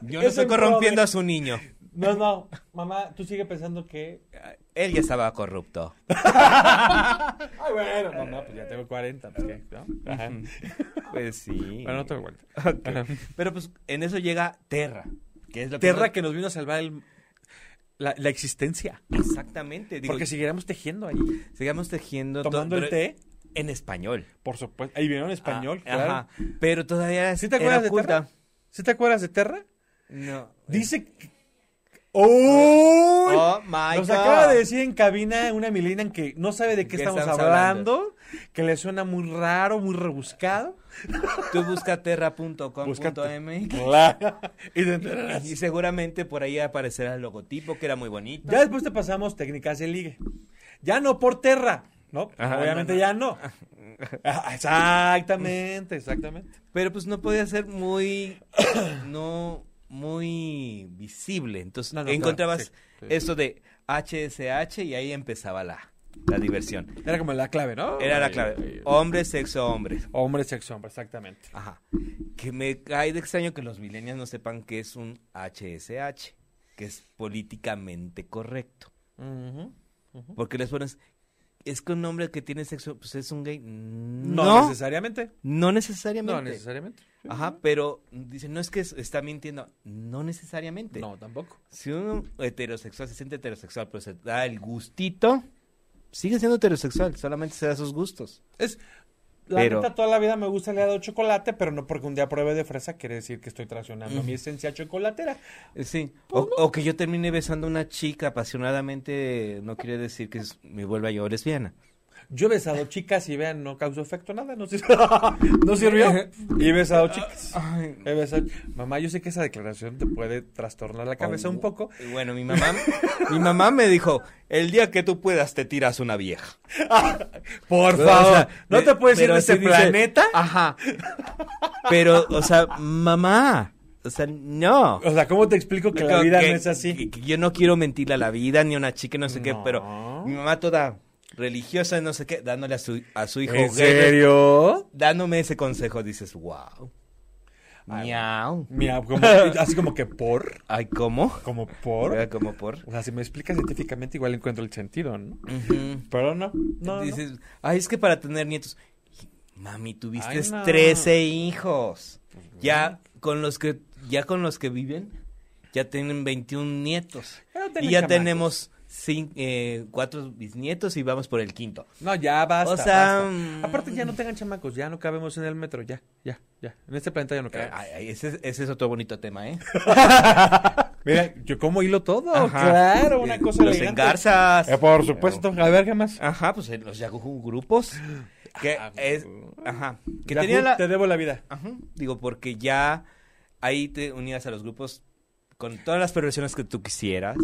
D: Yo
B: Es
D: no estoy
B: en pro
D: corrompiendo
B: de-
D: a su niño.
B: No, no, mamá, tú sigue pensando que.
D: Él ya estaba corrupto.
B: Ay, bueno, mamá, pues ya tengo 40, pues qué, ¿no? Ajá.
D: Pues sí.
B: Bueno, no tengo 40. Ajá.
D: Pero pues en eso llega Terra. Que es la
B: Terra que nos vino a salvar el- la, la existencia.
D: Exactamente. Digo,
B: Porque seguiremos tejiendo ahí.
D: sigamos tejiendo. to-
B: Tomando el
D: pero
B: té,
D: En español.
B: por supuesto. Ahí vino en español,
D: Ah,
B: claro.
D: ajá. Pero todavía
B: ¿Sí te acuerdas
D: era
B: de
D: oculta.
B: Terra? ¿Sí te acuerdas de Terra?
D: No. Eh,
B: Dice que- ¡Oh!
D: Oh my
B: Nos
D: God.
B: acaba de decir en cabina una Milena que no sabe de qué,
D: ¿Qué
B: estamos,
D: estamos
B: hablando,
D: hablando?
B: que le suena muy raro, muy rebuscado.
D: Tú busca
B: Busca-
D: terra.com.mx
B: Claro. Y te enterarás.
D: y seguramente por ahí aparecerá el logotipo que era muy bonito.
B: Ya después te pasamos técnicas de ligue. Ya no por terra, ¿no?
D: Ajá,
B: Obviamente
D: no, no.
B: ya no. Ah, Exactamente, exactamente.
D: Pero pues no podía ser muy, no, muy visible. Entonces
B: No, no,
D: encontrabas
B: claro, sí, sí.
D: esto de HSH y ahí empezaba la, la diversión.
B: Era como la clave, ¿no?
D: Era la
B: Ay, ay,
D: clave.
B: ay.
D: Hombre, sexo, hombre.
B: Hombre, sexo, hombre, exactamente.
D: Ajá. Que me cae de extraño que los millennials no sepan que es un HSH, que es políticamente correcto.
B: Ujú.
D: Porque les pones, es que un hombre que tiene sexo, pues es un gay.
B: No,
D: No,
B: necesariamente.
D: no necesariamente.
B: No necesariamente.
D: Ajá, pero dicen, no es que es- está mintiendo. No necesariamente.
B: No, tampoco.
D: Si un heterosexual se siente heterosexual, pero se da el gustito, sigue siendo heterosexual, solamente se da sus gustos.
B: Es. La
D: Pero-
B: neta, toda la vida me gusta el helado de chocolate, pero no porque un día pruebe de fresa quiere decir que estoy traicionando mi esencia chocolatera.
D: Eh, Sí, o, o que yo termine besando a una chica apasionadamente no quiere decir que es- me vuelva yo lesbiana.
B: Yo he besado chicas y vean, no causó efecto nada, no sirvió. no sirvió. Y he besado chicas.
D: Ay.
B: He besado- Mamá, yo sé que esa declaración te puede trastornar la
D: Oh,
B: cabeza un poco.
D: Y Bueno, mi mamá, mi mamá me dijo, el día que tú puedas te tiras una vieja.
B: Por
D: Pero,
B: favor,
D: o sea,
B: no
D: de-
B: te puedes ir
D: pero
B: de este
D: sí dice-
B: planeta.
D: Ajá. Pero, o sea, mamá, o sea, no.
B: O sea, ¿cómo te explico que la
D: Creo
B: vida
D: que-
B: no es así?
D: que- que yo no quiero mentirle a la vida ni a una chica, no sé qué,
B: No.
D: pero mi mamá toda religiosa, no sé qué, dándole a su, a su hijo
B: ¿En
D: gay,
B: serio?
D: dándome ese consejo, dices, wow. Miau.
B: Mira, como- así como que por,
D: Ay, ¿cómo?
B: como por.
D: Era Como por.
B: O sea, si me explicas científicamente, igual encuentro el sentido, ¿no?
D: Ujú.
B: Pero no, no. no.
D: dices, ay, es que para tener nietos. Mami, tuviste
B: Ay, no. Pues,
D: 13 hijos. Ya con los que ya con los que viven ya tienen 21 nietos.
B: Ya no tienen
D: y ya
B: chamacos.
D: tenemos cin- eh, cuatro bisnietos y vamos por el quinto.
B: No, ya basta.
D: O sea,
B: basta.
D: mm.
B: aparte ya no tengan chamacos, ya no cabemos en el metro, ya, ya, ya. En este planeta ya no
D: Ay,
B: cabemos.
D: ay, ese, ese es otro bonito tema, ¿eh?
B: Mira, yo como hilo todo,
D: Ajá.
B: Oh, claro, una
D: Eh,
B: cosa
D: Los
B: elegante.
D: engarzas.
B: Eh, por supuesto, a ver qué más.
D: Ajá, pues eh, los Yahoo grupos. Que
B: Ah,
D: es. Ajá. Que
B: Yahoo,
D: tenía la.
B: te debo la vida.
D: Ajá. Digo, porque ya ahí te unías a los grupos con todas las perversiones que tú quisieras,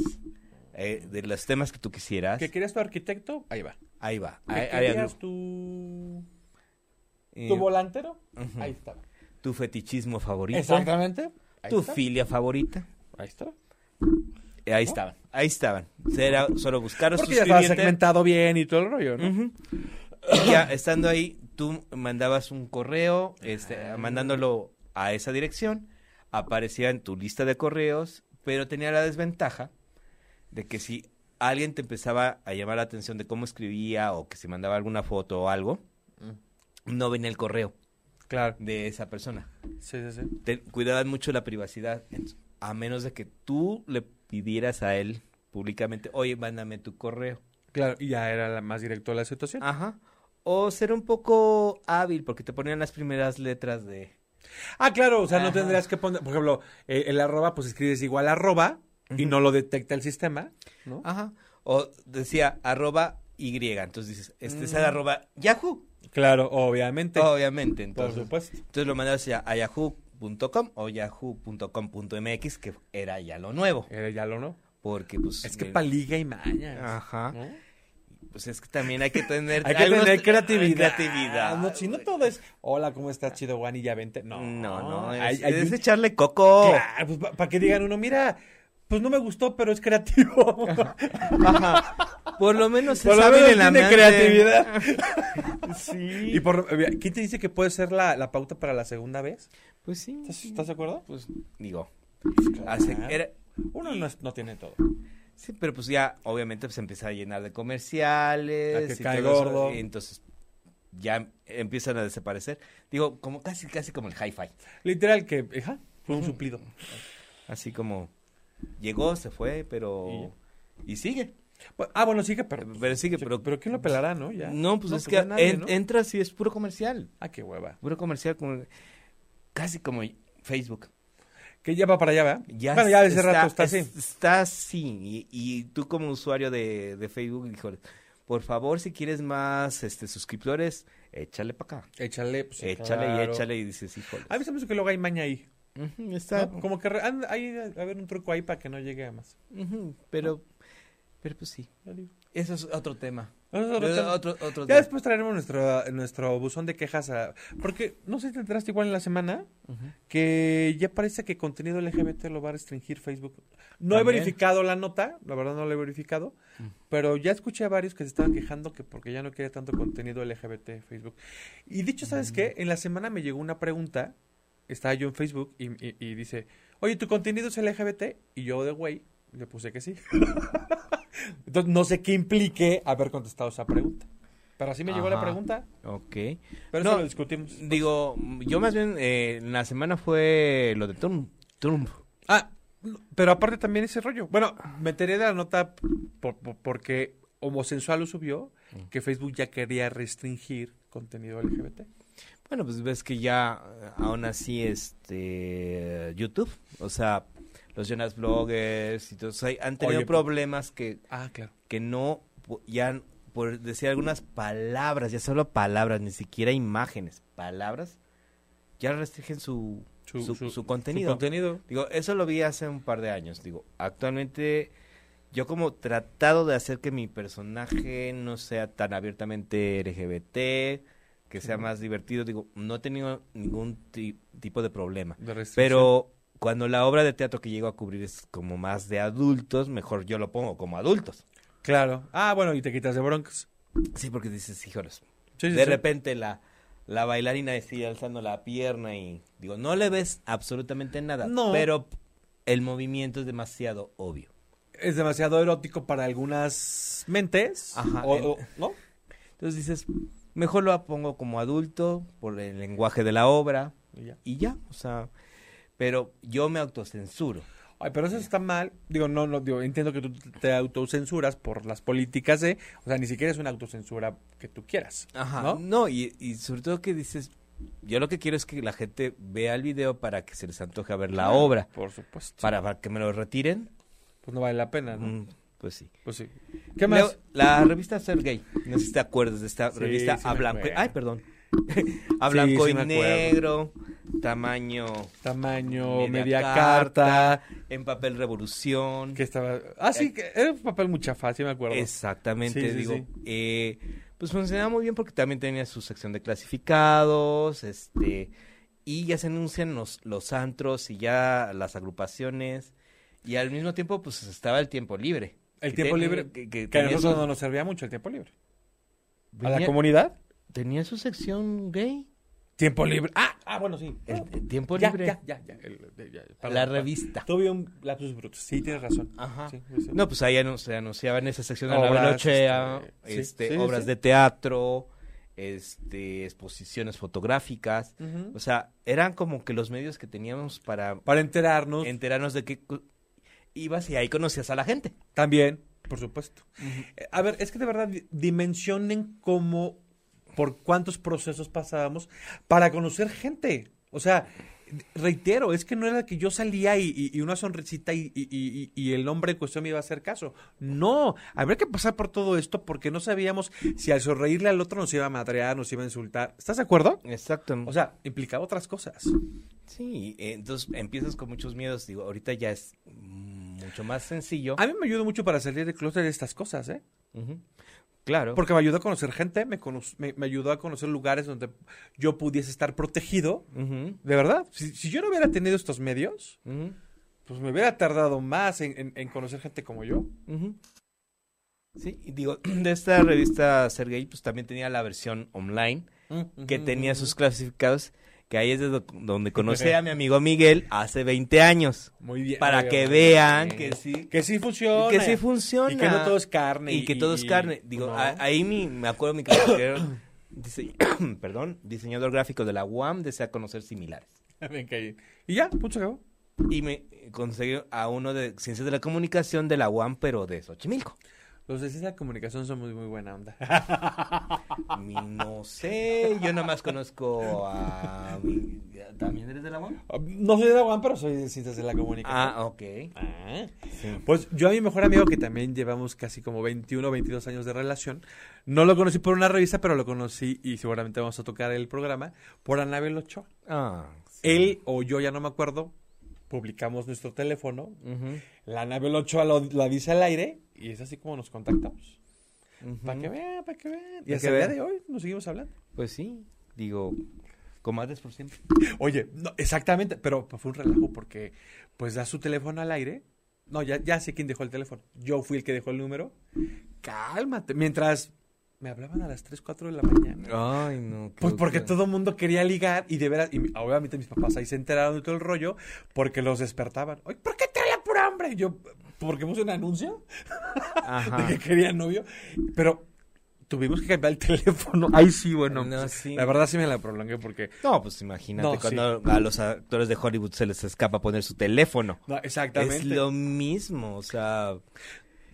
D: eh, de los temas que tú quisieras.
B: ¿Que querías tu arquitecto? Ahí va.
D: Ahí va.
B: ¿Que
D: Ahí, ahí había
B: querías
D: grupo.
B: tu,
D: Eh,
B: tu volantero? Ahí está.
D: tu fetichismo favorito.
B: Exactamente. Ahí
D: Tu
B: está.
D: filia favorita.
B: Ahí está.
D: Eh, ahí estaban. Ahí estaban. Era solo buscaros
B: Porque ya estaba
D: suscribirte.
B: segmentado bien y todo el rollo, ¿no?
D: Ujú. Y ya estando ahí, tú mandabas un correo, este, mandándolo a esa dirección, aparecía en tu lista de correos, pero tenía la desventaja de que si alguien te empezaba a llamar la atención de cómo escribía o que se mandaba alguna foto o algo, no venía el correo
B: Claro.
D: de esa persona.
B: Sí, sí, sí.
D: Te- cuidaban mucho la privacidad, entonces, a menos de que tú le pidieras a él públicamente, oye, mándame tu correo.
B: Claro, y ya era la más directo la situación.
D: Ajá. O ser un poco hábil, porque te ponían las primeras letras de.
B: Ah, claro, o sea, no
D: Ajá.
B: tendrías que poner, por ejemplo, eh, el arroba, pues escribes igual arroba y no lo detecta el sistema, ¿no?
D: Ajá. O decía arroba Y. Entonces dices, este
B: Mm.
D: es el arroba Yahoo.
B: Claro, obviamente.
D: Obviamente.
B: por
D: Oh, Entonces,
B: supuesto.
D: entonces lo mandabas ya a yahoo.com o yahoo.com.mx, que era ya lo nuevo.
B: Era Eh, ya lo no.
D: Porque pues.
B: Es que
D: eh,
B: paliga y maña.
D: Ajá. pues es que también hay que tener
B: Hay que
D: algunos-
B: tener creatividad. Ah,
D: creatividad,
B: No, si no
D: güey.
B: todo es, hola, ¿cómo estás, chido, Juan? Y ya vente. No,
D: No, no, es,
B: Hay- hay
D: es
B: un-
D: echarle coco.
B: Claro, pues para que digan uno, mira, pues no me gustó, pero es creativo.
D: Ajá. Por lo menos se
B: Por lo
D: sabe
B: menos
D: en la
B: tiene
D: mente.
B: creatividad.
D: Sí.
B: Y por, eh, ¿Quién te dice que puede ser la, la pauta para la segunda vez?
D: Pues sí.
B: ¿Estás, estás de acuerdo? Ah,
D: Pues digo. hace- era-
B: Uno no, es- no tiene todo.
D: sí, pero pues ya, obviamente, pues empieza a llenar de comerciales.
B: A que
D: y
B: cae
D: todo eso,
B: gordo.
D: y entonces ya empiezan a desaparecer. Digo, como casi, casi como el hi-fi.
B: Literal que, ajá, fue un suplido.
D: Así como llegó, se fue, pero. Y sigue.
B: Bu- Ah, bueno, sigue, pero...
D: Pero sigue, pero.
B: Pero ¿quién lo pelará, no? Ya.
D: No, pues es que
B: peló nadie,
D: en-
B: ¿no?
D: entras y es puro comercial.
B: Ah, qué hueva.
D: Puro comercial, como, casi como Facebook.
B: Que ya va para allá, ¿verdad?
D: Ya
B: bueno, ya desde
D: está-
B: rato está
D: es-
B: así.
D: Está así. Y, y tú como usuario de, de Facebook, híjole, por favor, si quieres más este suscriptores, échale para acá.
B: Échale, pues,
D: échale
B: claro.
D: y échale y dices, híjole.
B: A mí se me hace que luego hay maña ahí.
D: Ujú,
B: ¿no?
D: está,
B: Como que re- anda- hay a ver un truco ahí para que no llegue a más.
D: ujú, pero, pero pues sí.
B: Ya digo.
D: Eso es otro tema.
B: Eso es otro
D: Pero
B: tema.
D: otro- otro
B: Ya
D: tema.
B: después traeremos nuestro, nuestro buzón de quejas. a- porque no sé si te enteraste igual en la semana que ya parece que contenido LGBT lo va a restringir Facebook. No he
D: También.
B: verificado la nota, la verdad no la he verificado,
D: Mm.
B: pero ya escuché a varios que se estaban quejando que porque ya no quiere tanto contenido LGBT Facebook. Y dicho,
D: Mm.
B: ¿sabes qué? En la semana me llegó una pregunta, estaba yo en Facebook y, y- y dice, oye, ¿tu contenido es LGBT? Y yo de güey le puse que sí. Entonces no sé qué implique haber contestado esa pregunta. Pero así me llegó la
D: Ajá.
B: pregunta,
D: Ok.
B: pero
D: No,
B: eso lo discutimos.
D: Digo, yo más bien, eh, en la semana fue lo de Trump. Trump.
B: Ah, no, pero aparte también ese rollo. Bueno, me enteré de la nota por- por- porque Homosensual lo subió,
D: Mm.
B: que Facebook ya quería restringir contenido LGBT.
D: Bueno, pues ves que ya eh, aún así este YouTube, o sea, los Jonas Bloggers y todos ahí han tenido
B: Oye, pero-
D: problemas que,
B: Ah, claro.
D: que no pu- ya han- por decir algunas palabras, ya solo palabras, ni siquiera imágenes, palabras ya restringen su su, su contenido. Digo, eso lo vi hace un par de años, digo, actualmente yo como tratado de hacer que mi personaje no sea tan abiertamente LGBT, que sea más divertido, digo, no he tenido ningún ti- tipo de problema.
B: de restricción.
D: Pero cuando la obra de teatro que llego a cubrir es como más de adultos, mejor yo lo pongo como adultos.
B: Claro. Ah, bueno, y te quitas de broncas.
D: Sí, porque dices, híjoles,
B: Sí, sí,
D: de
B: sí.
D: repente la, la bailarina sigue alzando la pierna y digo, no le ves absolutamente nada,
B: No.
D: pero el movimiento es demasiado obvio.
B: Es demasiado erótico para algunas mentes.
D: Ajá,
B: o-
D: en-
B: o- ¿No?
D: Entonces dices, mejor lo pongo como adulto por el lenguaje de la obra
B: Y ya.
D: y ya, o sea, pero yo me autocensuro.
B: Ay, pero eso está mal. Digo, no, no, digo, entiendo que tú te autocensuras por las políticas de. O sea, ni siquiera es una autocensura que tú quieras.
D: Ajá.
B: ¿no?
D: No, y, y sobre todo que dices, yo lo que quiero es que la gente vea el video para que se les antoje a ver la obra,
B: Por supuesto.
D: para, para que me lo retiren.
B: Pues no vale la pena, ¿no?
D: Mm, Pues sí.
B: Pues sí. ¿Qué más?
D: Luego, la revista Ser Gay, no sé si te acuerdas de esta
B: Sí,
D: revista
B: sí
D: a
B: me
D: blanco. y-
B: acuerdo.
D: Ay, perdón. a
B: Sí,
D: blanco
B: sí
D: y
B: me acuerdo.
D: negro, tamaño,
B: Tamaño, media,
D: Media
B: carta,
D: en papel revolución.
B: Que estaba. Ah, sí, que era un papel muy chafa, sí me acuerdo.
D: Exactamente,
B: Sí, sí,
D: digo.
B: sí.
D: eh, pues funcionaba muy bien porque también tenía su sección de clasificados, este, y ya se anuncian los, los antros y ya las agrupaciones, y al mismo tiempo, pues estaba el tiempo libre.
B: El
D: Que
B: tiempo
D: tenía-
B: libre.
D: que-
B: Que,
D: que
B: a
D: tenía
B: nosotros
D: su-
B: no nos servía mucho el tiempo libre. ¿A la
D: venía-
B: comunidad?
D: Tenía su sección gay,
B: Tiempo libre. Ah, ah bueno, sí.
D: el,
B: Ah,
D: el tiempo
B: ya,
D: libre,
B: ya, ya, ya, el- de- ya, perdón,
D: la
B: perdón.
D: revista.
B: Tuve un lapsus brutus. Sí, tienes razón.
D: Ajá.
B: Sí, sí, sí.
D: No, pues ahí anun- se anunciaba en esa sección de la
B: Obras,
D: Barrochea,
B: este, sí,
D: este,
B: sí, sí,
D: obras
B: sí.
D: de teatro, este, exposiciones fotográficas.
B: Ujú.
D: O sea, eran como que los medios que teníamos pues, para
B: Para enterarnos
D: enterarnos de qué cu- ibas y ahí conocías a la gente.
B: También, por supuesto. Eh, A ver, es que de verdad di- dimensionen cómo, por cuántos procesos pasábamos para conocer gente. O sea, reitero, es que no era que yo salía y, y- y una sonrisita y, y- y- y el hombre en cuestión me iba a hacer caso. No, habría que pasar por todo esto porque no sabíamos si al sonreírle al otro nos iba a madrear, nos iba a insultar. ¿Estás de acuerdo?
D: Exacto.
B: O sea, implicaba otras cosas.
D: sí, eh, entonces empiezas con muchos miedos. Digo, ahorita ya es mm, mucho más sencillo.
B: A mí me ayudó mucho para salir de closet de estas cosas, ¿eh?
D: Ujú. Claro.
B: Porque me ayudó a conocer gente, me, cono- me, me ayudó a conocer lugares donde yo pudiese estar protegido.
D: Ujú,
B: De verdad, si, si yo no hubiera tenido estos medios,
D: ujú,
B: pues me hubiera tardado más en, en- en conocer gente como yo.
D: ujú. Sí, y digo, de esta revista Sergei, pues también tenía la versión online, que tenía sus clasificados, que ahí es de do- donde conocí a mi amigo Miguel hace 20 años.
B: Muy bien.
D: Para
B: Muy
D: que
B: bien.
D: vean
B: Sí.
D: que sí.
B: Que sí funciona.
D: Y que sí funciona.
B: Y que no todo es carne. pues
D: Y que todo es carne. Digo,
B: ¿no?
D: a- ahí mi- me acuerdo mi caballero, dise- perdón, diseñador gráfico de la UAM, desea conocer similares.
B: Ven que ahí- Y ya, punto, se acabó.
D: Y me conseguí a uno de Ciencias de la Comunicación de la UAM, pero de Xochimilco.
B: Los de ciencia de la comunicación son muy, muy buena onda.
D: Mi- no sé, yo nada más conozco a... mi- ¿También eres de la UAM?
B: No soy de la UAM, pero soy de ciencias de la comunicación.
D: Ah, ok.
B: Ah.
D: Sí.
B: Pues yo a mi mejor amigo, que también llevamos casi como 21 o 22 años de relación, no lo conocí por una revista, pero lo conocí, y seguramente vamos a tocar el programa, por Anabel Ochoa.
D: Ah, sí.
B: Él o yo, ya no me acuerdo, publicamos nuestro teléfono,
D: Ujú,
B: la Anabel Ochoa lo, la dice al aire, y es así como nos contactamos.
D: ujú.
B: Para que vean, para que vean. Y
D: Pa'
B: hasta
D: que
B: el día
D: vean.
B: de hoy nos seguimos hablando.
D: Pues sí, digo, comadres por siempre.
B: Oye, no, exactamente, pero fue un relajo porque pues da su teléfono al aire. No, ya, ya sé quién dejó el teléfono. Yo fui el que dejó el número. Cálmate. Mientras me hablaban a las 3, 4 de la mañana.
D: Ay, no.
B: Pues porque todo el mundo quería ligar y de veras, y mi- obviamente mis papás ahí se enteraron de todo el rollo porque los despertaban. Oye, ¿por qué te habla por hambre? Y yo, porque puse un anuncio de
D: Ajá.
B: que quería novio, pero tuvimos que cambiar el teléfono. Ahí sí, bueno.
D: No,
B: pues,
D: sí.
B: La verdad sí me la prolongué porque
D: No, pues imagínate
B: No, sí.
D: cuando a los actores de Hollywood se les escapa poner su teléfono.
B: no,
D: Es
B: exactamente.
D: lo mismo, o sea,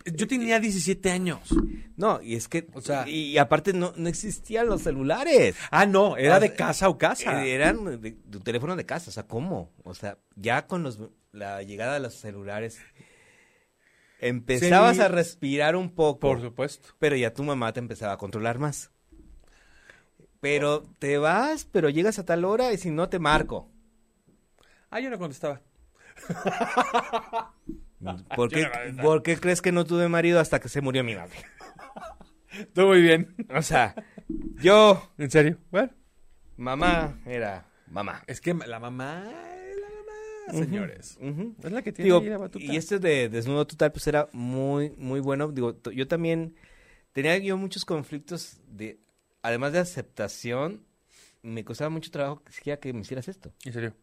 B: Yo tenía 17 años.
D: no, y es que,
B: O sea-
D: y, y aparte no, no existían los celulares.
B: Ah, no, era
D: Ah,
B: de
D: eh,
B: casa o casa.
D: Eh, Eran de, tu teléfono de casa, o sea, ¿cómo? O sea, ya con los, la llegada de los celulares, empezabas
B: Sí.
D: a respirar un poco.
B: Por supuesto.
D: pero ya tu mamá te empezaba a controlar más. Pero
B: Oh.
D: te vas, pero llegas a tal hora y si no te marco.
B: Ah, yo no contestaba.
D: ¿Por
B: yo
D: qué,
B: no contestaba.
D: por qué crees que no tuve marido hasta que se murió mi madre?
B: Estoy muy bien.
D: O sea, yo,
B: ¿En serio? Bueno.
D: mamá, era mamá.
B: Es que la mamá es la mamá, señores.
D: Ujú.
B: Es la que tiene
D: Digo,
B: ahí la batuta.
D: y este de desnudo total, pues era muy, muy bueno. Digo, t- yo también tenía yo muchos conflictos de, además de aceptación, me costaba mucho trabajo que siquiera que me hicieras esto.
B: En serio.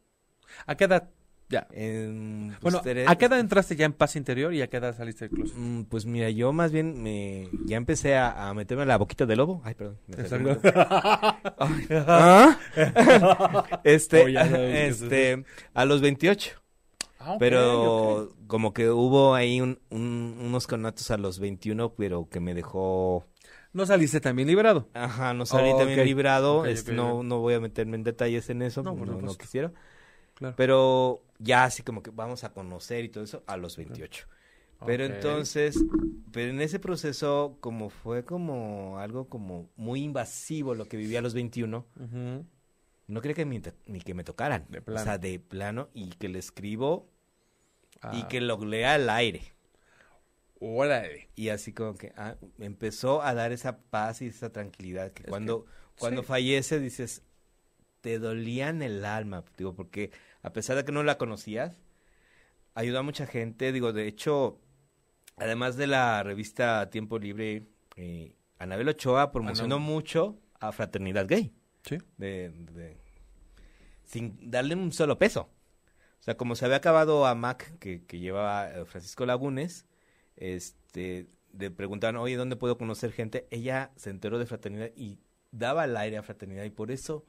B: ¿A qué edad? Ya.
D: En- pues,
B: Bueno,
D: tere-
B: ¿a qué edad entraste ya en paz interior y a qué edad saliste del closet?
D: Mm, Pues mira, yo más bien me ya empecé a, a meterme la boquita de lobo. Ay, perdón. me salió
B: Exacto.
D: un- Ay, ¿ah? este,
B: Oh, ya sabes qué es
D: este, a los 28.
B: Ah, ok,
D: pero
B: ok.
D: como que hubo ahí un- un- unos conatos a los 21, pero que me dejó,
B: No saliste también liberado.
D: ajá, no salí
B: Oh,
D: también
B: ok.
D: librado.
B: Ok,
D: este,
B: ok,
D: no,
B: ok.
D: no voy a meterme en detalles en eso,
B: No,
D: no,
B: por
D: no
B: supuesto.
D: quisiera.
B: Claro.
D: Pero ya así como que vamos a conocer y todo eso a los 28. Pero
B: Ok.
D: entonces, pero en ese proceso como fue como algo como muy invasivo lo que viví a los 21,
B: Ujú.
D: no quería que me, te- ni que me tocaran.
B: De plano.
D: O sea, de plano y que le escribo y
B: Ah,
D: que lo lea al aire.
B: Órale.
D: Y así como que ah, me empezó a dar esa paz y esa tranquilidad que cuando, cuando
B: sí.
D: fallece dices, te dolía en el alma, digo, porque a pesar de que no la conocías, ayudó a mucha gente, digo, de hecho, además de la revista Tiempo Libre, eh, Anabel Ochoa promocionó mucho a Fraternidad Gay,
B: Sí.
D: de- de- sin darle un solo peso. O sea, como se había acabado a Mac, que, que llevaba eh, Francisco Lagunes, este, le preguntaban, oye, ¿dónde puedo conocer gente? Ella se enteró de fraternidad y daba al aire a fraternidad y por eso,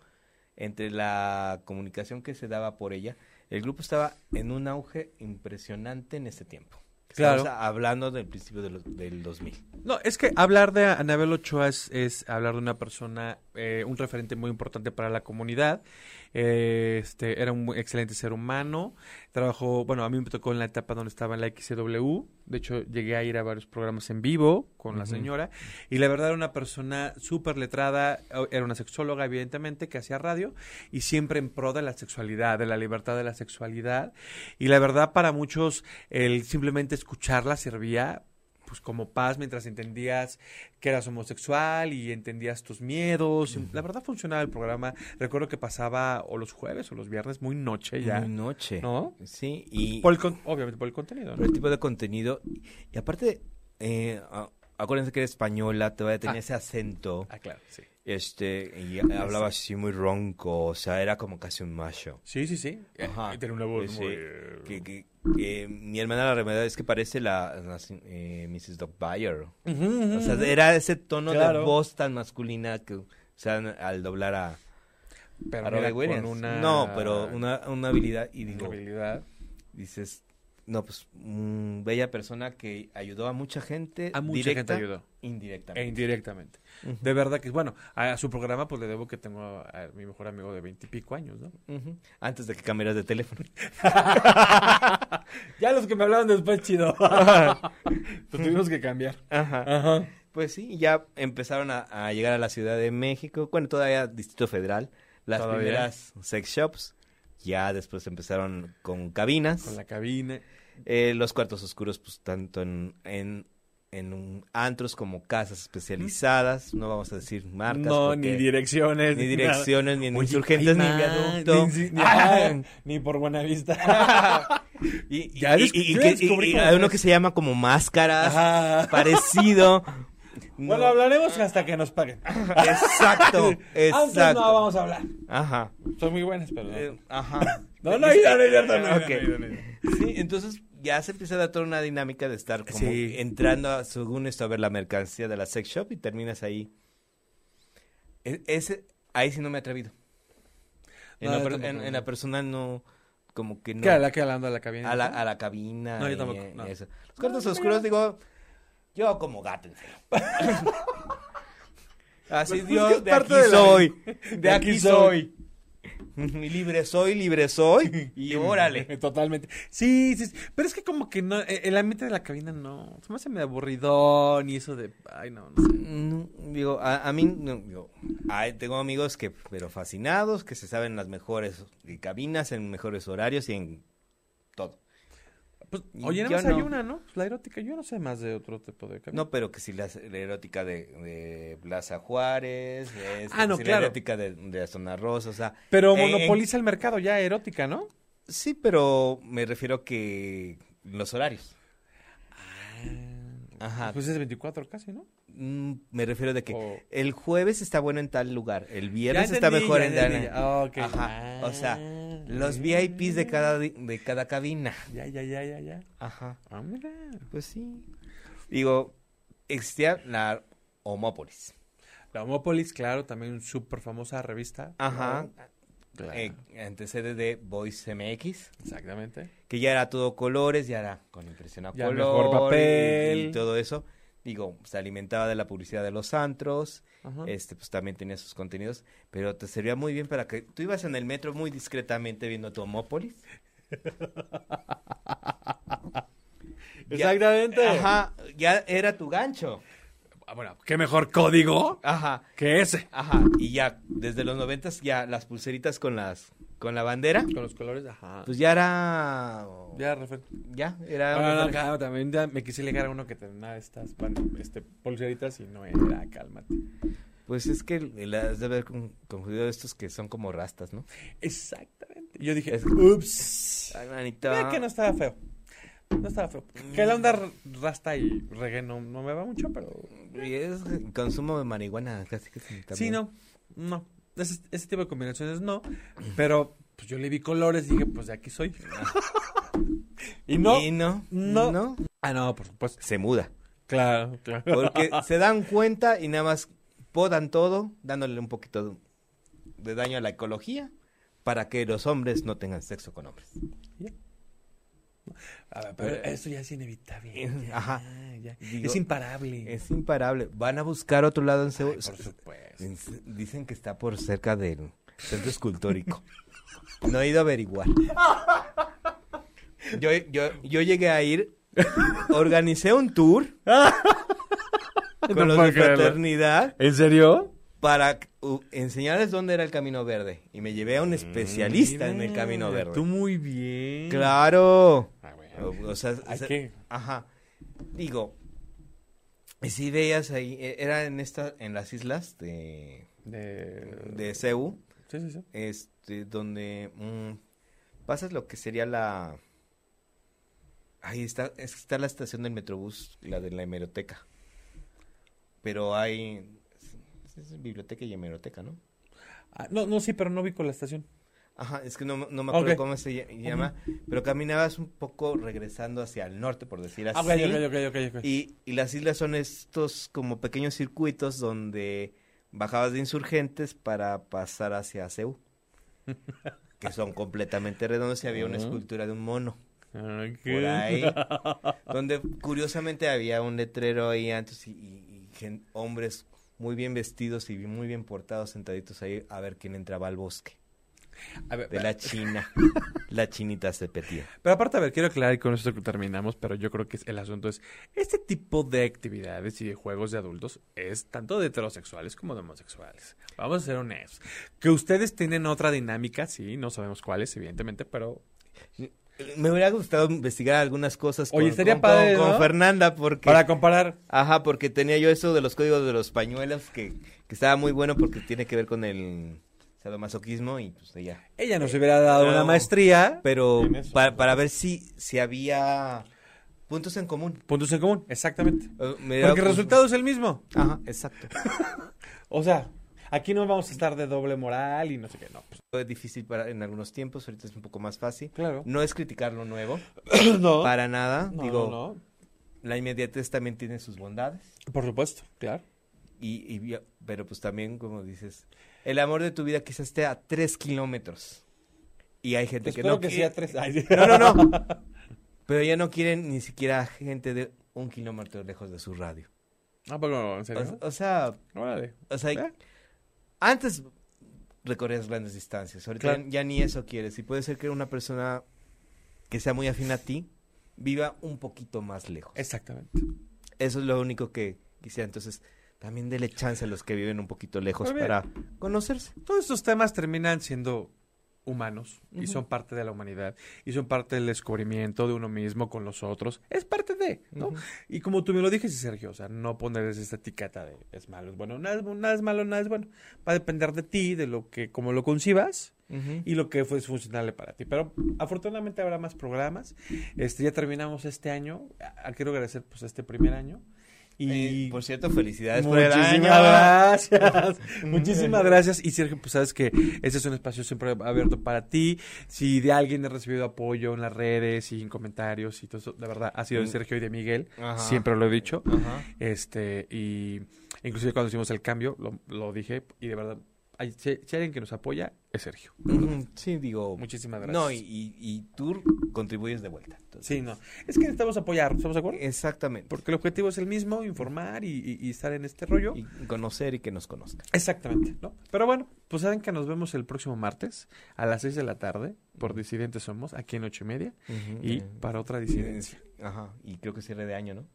D: entre la comunicación que se daba por ella, el grupo estaba en un auge impresionante en ese tiempo.
B: Claro.
D: Estamos hablando del principio de los- del 2000.
B: No, es que hablar de Anabel Ochoa es, es hablar de una persona, eh, un referente muy importante para la comunidad. Eh, este, era un excelente ser humano. Trabajó, bueno, a mí me tocó en la etapa donde estaba en la XCW. De hecho, llegué a ir a varios programas en vivo con la
D: Ujú.
B: señora. Y la verdad era una persona súper letrada. o- Era una sexóloga, evidentemente, que hacía radio. Y siempre en pro de la sexualidad, de la libertad de la sexualidad. Y la verdad, para muchos, el simplemente escucharla servía pues como paz mientras entendías que eras homosexual y entendías tus miedos. La verdad funcionaba el programa. Recuerdo que pasaba o los jueves o los viernes muy noche ya.
D: Muy noche.
B: ¿No?
D: Sí, y
B: Por el con- obviamente por el contenido,
D: por
B: ¿no?
D: el tipo de contenido. Y aparte, eh, a- acuérdense que era española, todavía tenía
B: Ah.
D: ese acento.
B: Ah, claro, sí.
D: Este, y hablaba así muy ronco, o sea, era como casi un macho.
B: Sí, sí, sí. Eh,
D: Ajá.
B: Tiene una voz
D: Sí,
B: muy...
D: Que, que- que mi hermana, la verdad es que parece la, la sin- eh, Mrs. Dogbyer.
B: Ujú, ujú,
D: O sea,
B: ujú.
D: era ese tono
B: Mm. Claro.
D: de voz tan masculina que, o sea, al doblar a,
B: pero
D: a
B: no era
D: Robbie Williams.
B: con una...
D: No, pero una, una habilidad. Y
B: una
D: digo,
B: habilidad.
D: dices, no, pues, mm, bella persona que ayudó a mucha gente.
B: A mucha gente ayudó.
D: Indirectamente.
B: E indirectamente. De verdad que, bueno, a, a su programa pues le debo que tengo a, a mi mejor amigo de veintipico años, ¿no?
D: Ujú. Antes de que cambiaras de teléfono.
B: ya los que me hablaron después, chido. Pues tuvimos que cambiar.
D: Ajá.
B: Ajá.
D: Pues sí, ya empezaron a, a llegar a la Ciudad de México, bueno, todavía Distrito Federal, las
B: Todavía.
D: primeras sex shops, ya después empezaron con cabinas,
B: Con la cabina.
D: eh, los cuartos oscuros, pues tanto en, en, en un- antros como casas especializadas, no vamos a decir marcas,
B: no,
D: porque-
B: ni direcciones.
D: ni
B: nada.
D: direcciones, ni en
B: Oye,
D: insurgentes, ni en
B: ay, man,
D: viaducto.
B: Ni, ni-
D: Ah,
B: ah, ni por Buenavista.
D: y, y-
B: ya
D: y-
B: descu-
D: y
B: yo
D: que-
B: descubrí
D: y- y
B: cómo
D: hay uno
B: es.
D: que se llama como máscaras,
B: Ajá.
D: parecido.
B: Bueno,
D: No,
B: hablaremos hasta que nos paguen.
D: Exacto,
B: Antes no
D: exacto.
B: vamos a hablar.
D: Ajá.
B: Son muy buenas, pero. no.
D: Eh, ajá.
B: No, no, ya, no, ya, no, no,
D: Ok.
B: no, no, no.
D: Sí, entonces ya se empieza a dar toda una dinámica de estar como
B: Sí.
D: entrando a, según esto a ver la mercancía de la sex shop y terminas ahí. E- ese, ahí sí no me he atrevido.
B: No,
D: En, la,
B: yo
D: per-
B: tampoco,
D: en-
B: no.
D: en la persona no, como que no.
B: ¿Qué? ¿A la que hablando a la cabina?
D: a, la, a la cabina.
B: No, yo
D: y-
B: tampoco,
D: y
B: no.
D: eso. Los cuartos oscuros, digo, yo como gato. en serio. Así
B: Pues,
D: Dios,
B: es que es
D: de
B: parte
D: aquí
B: de la-
D: soy,
B: de
D: de aquí
B: aquí
D: soy. Y libre soy, libre soy, y órale.
B: Totalmente. Sí, sí, sí. Pero es que como que no, eh, el ambiente de la cabina no. Se me hace medio aburridón y eso de. Ay, no, no sé.
D: No, digo, a, a mí, no, digo, ay, tengo amigos que, pero fascinados, que se saben las mejores cabinas, en mejores horarios y en todo.
B: Pues,
D: Y
B: oye, nada
D: yo
B: más hay
D: no.
B: una, ¿no? Pues la erótica, yo no sé más de otro tipo de cabina.
D: No, pero que si la, la erótica de, de Plaza Juárez, este,
B: Ah, no,
D: si
B: claro.
D: la erótica de, de la Zona Rosa, o sea.
B: Pero
D: eh,
B: monopoliza el mercado ya erótica, ¿no?
D: en- sí, pero me refiero que los horarios. Ajá.
B: Pues es 24 casi, ¿no?
D: Mm, me refiero de que
B: O-
D: el jueves está bueno en tal lugar, el
B: Ya
D: viernes está
B: entendí,
D: mejor
B: ya
D: en
B: entendí,
D: tal.
B: ya. Ah, ok.
D: Ajá. O sea,
B: Ah,
D: los
B: ya.
D: VIPs de cada di- de cada cabina.
B: Ya, ya, ya, ya, ya.
D: Ajá.
B: Ah, mira.
D: Pues sí. Digo, existía la Homópolis.
B: La Homópolis, claro, también súper famosa revista.
D: Ajá.
B: Claro.
D: Ah, Eh, antecede de Voice MX,
B: Exactamente.
D: que ya era todo colores, ya era con impresión a
B: Ya
D: color
B: mejor papel.
D: y, y todo eso. Digo, se alimentaba de la publicidad de los antros,
B: Ajá.
D: este pues también tenía sus contenidos, pero te servía muy bien para que tú ibas en el metro muy discretamente viendo tu Homópolis. Ya-
B: Exactamente.
D: Ajá, ya era tu gancho.
B: Ah, Bueno, qué mejor código
D: Ajá.
B: que ese.
D: Ajá, y ya desde los noventas ya las pulseritas con las con la bandera,
B: Con los colores, ajá.
D: pues ya era
B: ya, Rafael.
D: ya era
B: Ah, no, claro, también ya me quise ligar a uno que tenía estas pan- este, pulseritas y no era, cálmate.
D: Pues es que las de haber con- confundido estos que son como rastas, ¿no?
B: Exactamente. Yo dije,
D: Es-
B: ups.
D: Ay,
B: Mira
D: manita.
B: que no estaba feo. No estaba feo. Que la onda r- rasta y reggae no, no me va mucho, pero...
D: Y es consumo de marihuana, casi que sí, también.
B: Sí, no, no. Ese, ese tipo de combinaciones no, pero pues yo le vi colores y dije, pues de aquí soy. y no,
D: Y no,
B: no.
D: no,
B: Ah, no, por supuesto.
D: se muda.
B: Claro, claro.
D: Porque se dan cuenta y nada más podan todo, dándole un poquito de daño a la ecología para que los hombres no tengan sexo con hombres.
B: A ver, pero eso ya es inevitable. ya,
D: Ajá.
B: ya.
D: Digo,
B: eh, es imparable.
D: Es imparable. Van a buscar otro lado en Seúl.
B: Por supuesto.
D: Dicen que está por cerca del centro escultórico. No he ido a averiguar. Yo, yo, yo llegué a ir, organicé un tour con
B: No
D: los
B: puedo
D: de
B: creerlo.
D: fraternidad
B: ¿En serio?
D: para uh, enseñarles dónde era el Camino Verde. Y me llevé a un especialista en el Camino Verde.
B: Mm, Tú muy bien.
D: Claro.
B: Ah, bueno.
D: O, o sea,
B: Hay
D: o sea,
B: que-
D: ajá. Digo, Y sí veías ahí, eh, era en esta, en las islas de,
B: De...
D: de Cebu,
B: Sí, sí, sí.
D: este, donde mm, pasas lo que sería la... Ahí está, es que está la estación del Metrobús, la de la hemeroteca. Pero hay... es- es biblioteca y hemeroteca, ¿no?
B: Ah, no, no, sí, pero no vi con la estación.
D: Ajá, es que no, no me acuerdo
B: Ok.
D: cómo se ll- llama, pero caminabas un poco regresando hacia el norte, por decir así.
B: Ah, ok, ok, ok, ok, ok.
D: Y, y las islas son estos como pequeños circuitos donde bajabas de insurgentes para pasar hacia Ceú, que son completamente redondos y había una
B: Ujú.
D: escultura de un mono
B: Ok.
D: por ahí, donde curiosamente había un letrero ahí antes y, y- y gen- hombres muy bien vestidos y muy bien portados sentaditos ahí a ver quién entraba al bosque.
B: A ver,
D: De la China. la chinita se petía.
B: Pero aparte, a ver, quiero aclarar y con esto terminamos, pero yo creo que es- el asunto es, este tipo de actividades y de juegos de adultos es tanto de heterosexuales como de homosexuales. Vamos a ser honestos. Que ustedes tienen otra dinámica, sí, no sabemos cuál es, evidentemente, pero...
D: Me hubiera gustado investigar algunas cosas
B: Oye,
D: con,
B: estaría
D: con-
B: padre,
D: con- con
B: ¿no?
D: Fernanda porque...
B: Para comparar...
D: Ajá, porque tenía yo eso de los códigos de los pañuelos que, que estaba muy bueno porque tiene que ver con el sadomasoquismo y pues ella.
B: Ella nos hubiera dado
D: una
B: una maestría.
D: Pero para, para ver si, si había puntos en común.
B: Puntos en común, exactamente.
D: Eh, me da-
B: Porque el resultado es el mismo.
D: Ajá, exacto.
B: O sea, aquí no vamos a estar de doble moral y no sé qué, no. pues,
D: Fue difícil para, en algunos tiempos, ahorita es un poco más fácil.
B: claro.
D: No es criticar lo nuevo,
B: no.
D: para nada.
B: no,
D: Digo,
B: no,
D: la inmediatez también tiene sus bondades.
B: no. Por supuesto, claro.
D: Y, y vi- pero pues también, como dices, el amor de tu vida quizás esté a tres kilómetros. Y hay gente que
B: Espero
D: no.
B: que
D: qui-
B: sea tres. Ay, sí.
D: No, no, no. pero ya no quieren ni siquiera gente de un kilómetro lejos de su radio.
B: Ah, pero en serio.
D: O, o sea,
B: Órale.
D: o sea,
B: ¿Eh?
D: antes recorrías grandes distancias. Ahorita
B: Claro.
D: ya, ya ni eso quieres. Y puede ser que una persona que sea muy afín a ti viva un poquito más lejos.
B: Exactamente.
D: Eso es lo único que quisiera. Entonces, también dele chance a los que viven un poquito lejos
B: Muy bien.
D: para conocerse.
B: Todos estos temas terminan siendo humanos y son parte de la humanidad y son parte del descubrimiento de uno mismo con los otros. Es parte de, ¿no? Y como tú me lo dijiste, Sergio, o sea, no ponerles esta etiqueta de es malo, es bueno, nada es, bu- nada es malo, nada es bueno. Va a depender de ti, de lo que, como lo concibas. y lo que fue es funcionable para ti. Pero afortunadamente habrá más programas. Este ya terminamos este año. A- Quiero agradecer pues este primer año y
D: Eh, por cierto, felicidades por el
B: muchísimas
D: año.
B: gracias. muchísimas gracias y Sergio, pues sabes que este es un espacio siempre abierto para ti. Si de alguien he recibido apoyo en las redes y en comentarios y todo eso, la verdad ha sido de
D: Mm.
B: Sergio y de Miguel.
D: Ajá.
B: Siempre lo he dicho.
D: Ajá.
B: Este, y inclusive cuando hicimos el cambio, lo, lo dije, y de verdad, hay, si- si hay alguien que nos apoya, es Sergio.
D: Ujú, Sí, digo.
B: Muchísimas Ah, gracias.
D: No, y, y, y tú contribuyes de vuelta. Entonces,
B: Sí, no. Es que necesitamos apoyar, ¿estamos de acuerdo?
D: Exactamente.
B: Eh, Porque el objetivo es el mismo, informar y, y- y estar en este rollo.
D: Y conocer y que nos conozcan.
B: Exactamente, ¿no? Pero bueno, pues saben que nos vemos el próximo martes a las 6 de la tarde por Disidentes Somos, aquí en ocho y media, y para otra disidencia.
D: Ajá. Y creo que cierre de año, ¿no?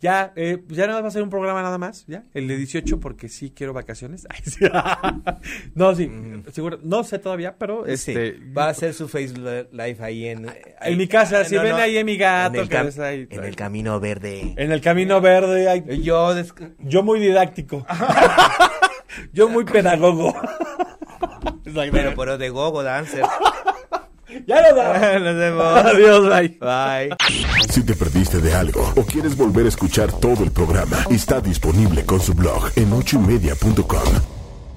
B: Ya, eh, ya nada más va a ser un programa nada más, ¿ya? El de 18 porque sí quiero vacaciones. Ay, sí. no, sí,
D: Mm.
B: seguro, no sé todavía, pero este... Ah,
D: Sí, Va a hacer su Facebook Live ahí en. eh, ahí- Ah,
B: En mi casa, si
D: No,
B: ven
D: no,
B: ahí a mi gato,
D: en el,
B: que
D: cam-
B: está ahí-
D: en el camino verde.
B: en el camino verde, ay,
D: Yo. desc-
B: Yo muy didáctico. Yo muy pedagogo.
D: Pero, pero de Gogo Dancer.
B: ya lo da.
D: nos vemos.
B: Adiós, bye.
D: Bye.
A: Si te perdiste de algo o quieres volver a escuchar todo el programa, está disponible con su blog en ochoymedia.com.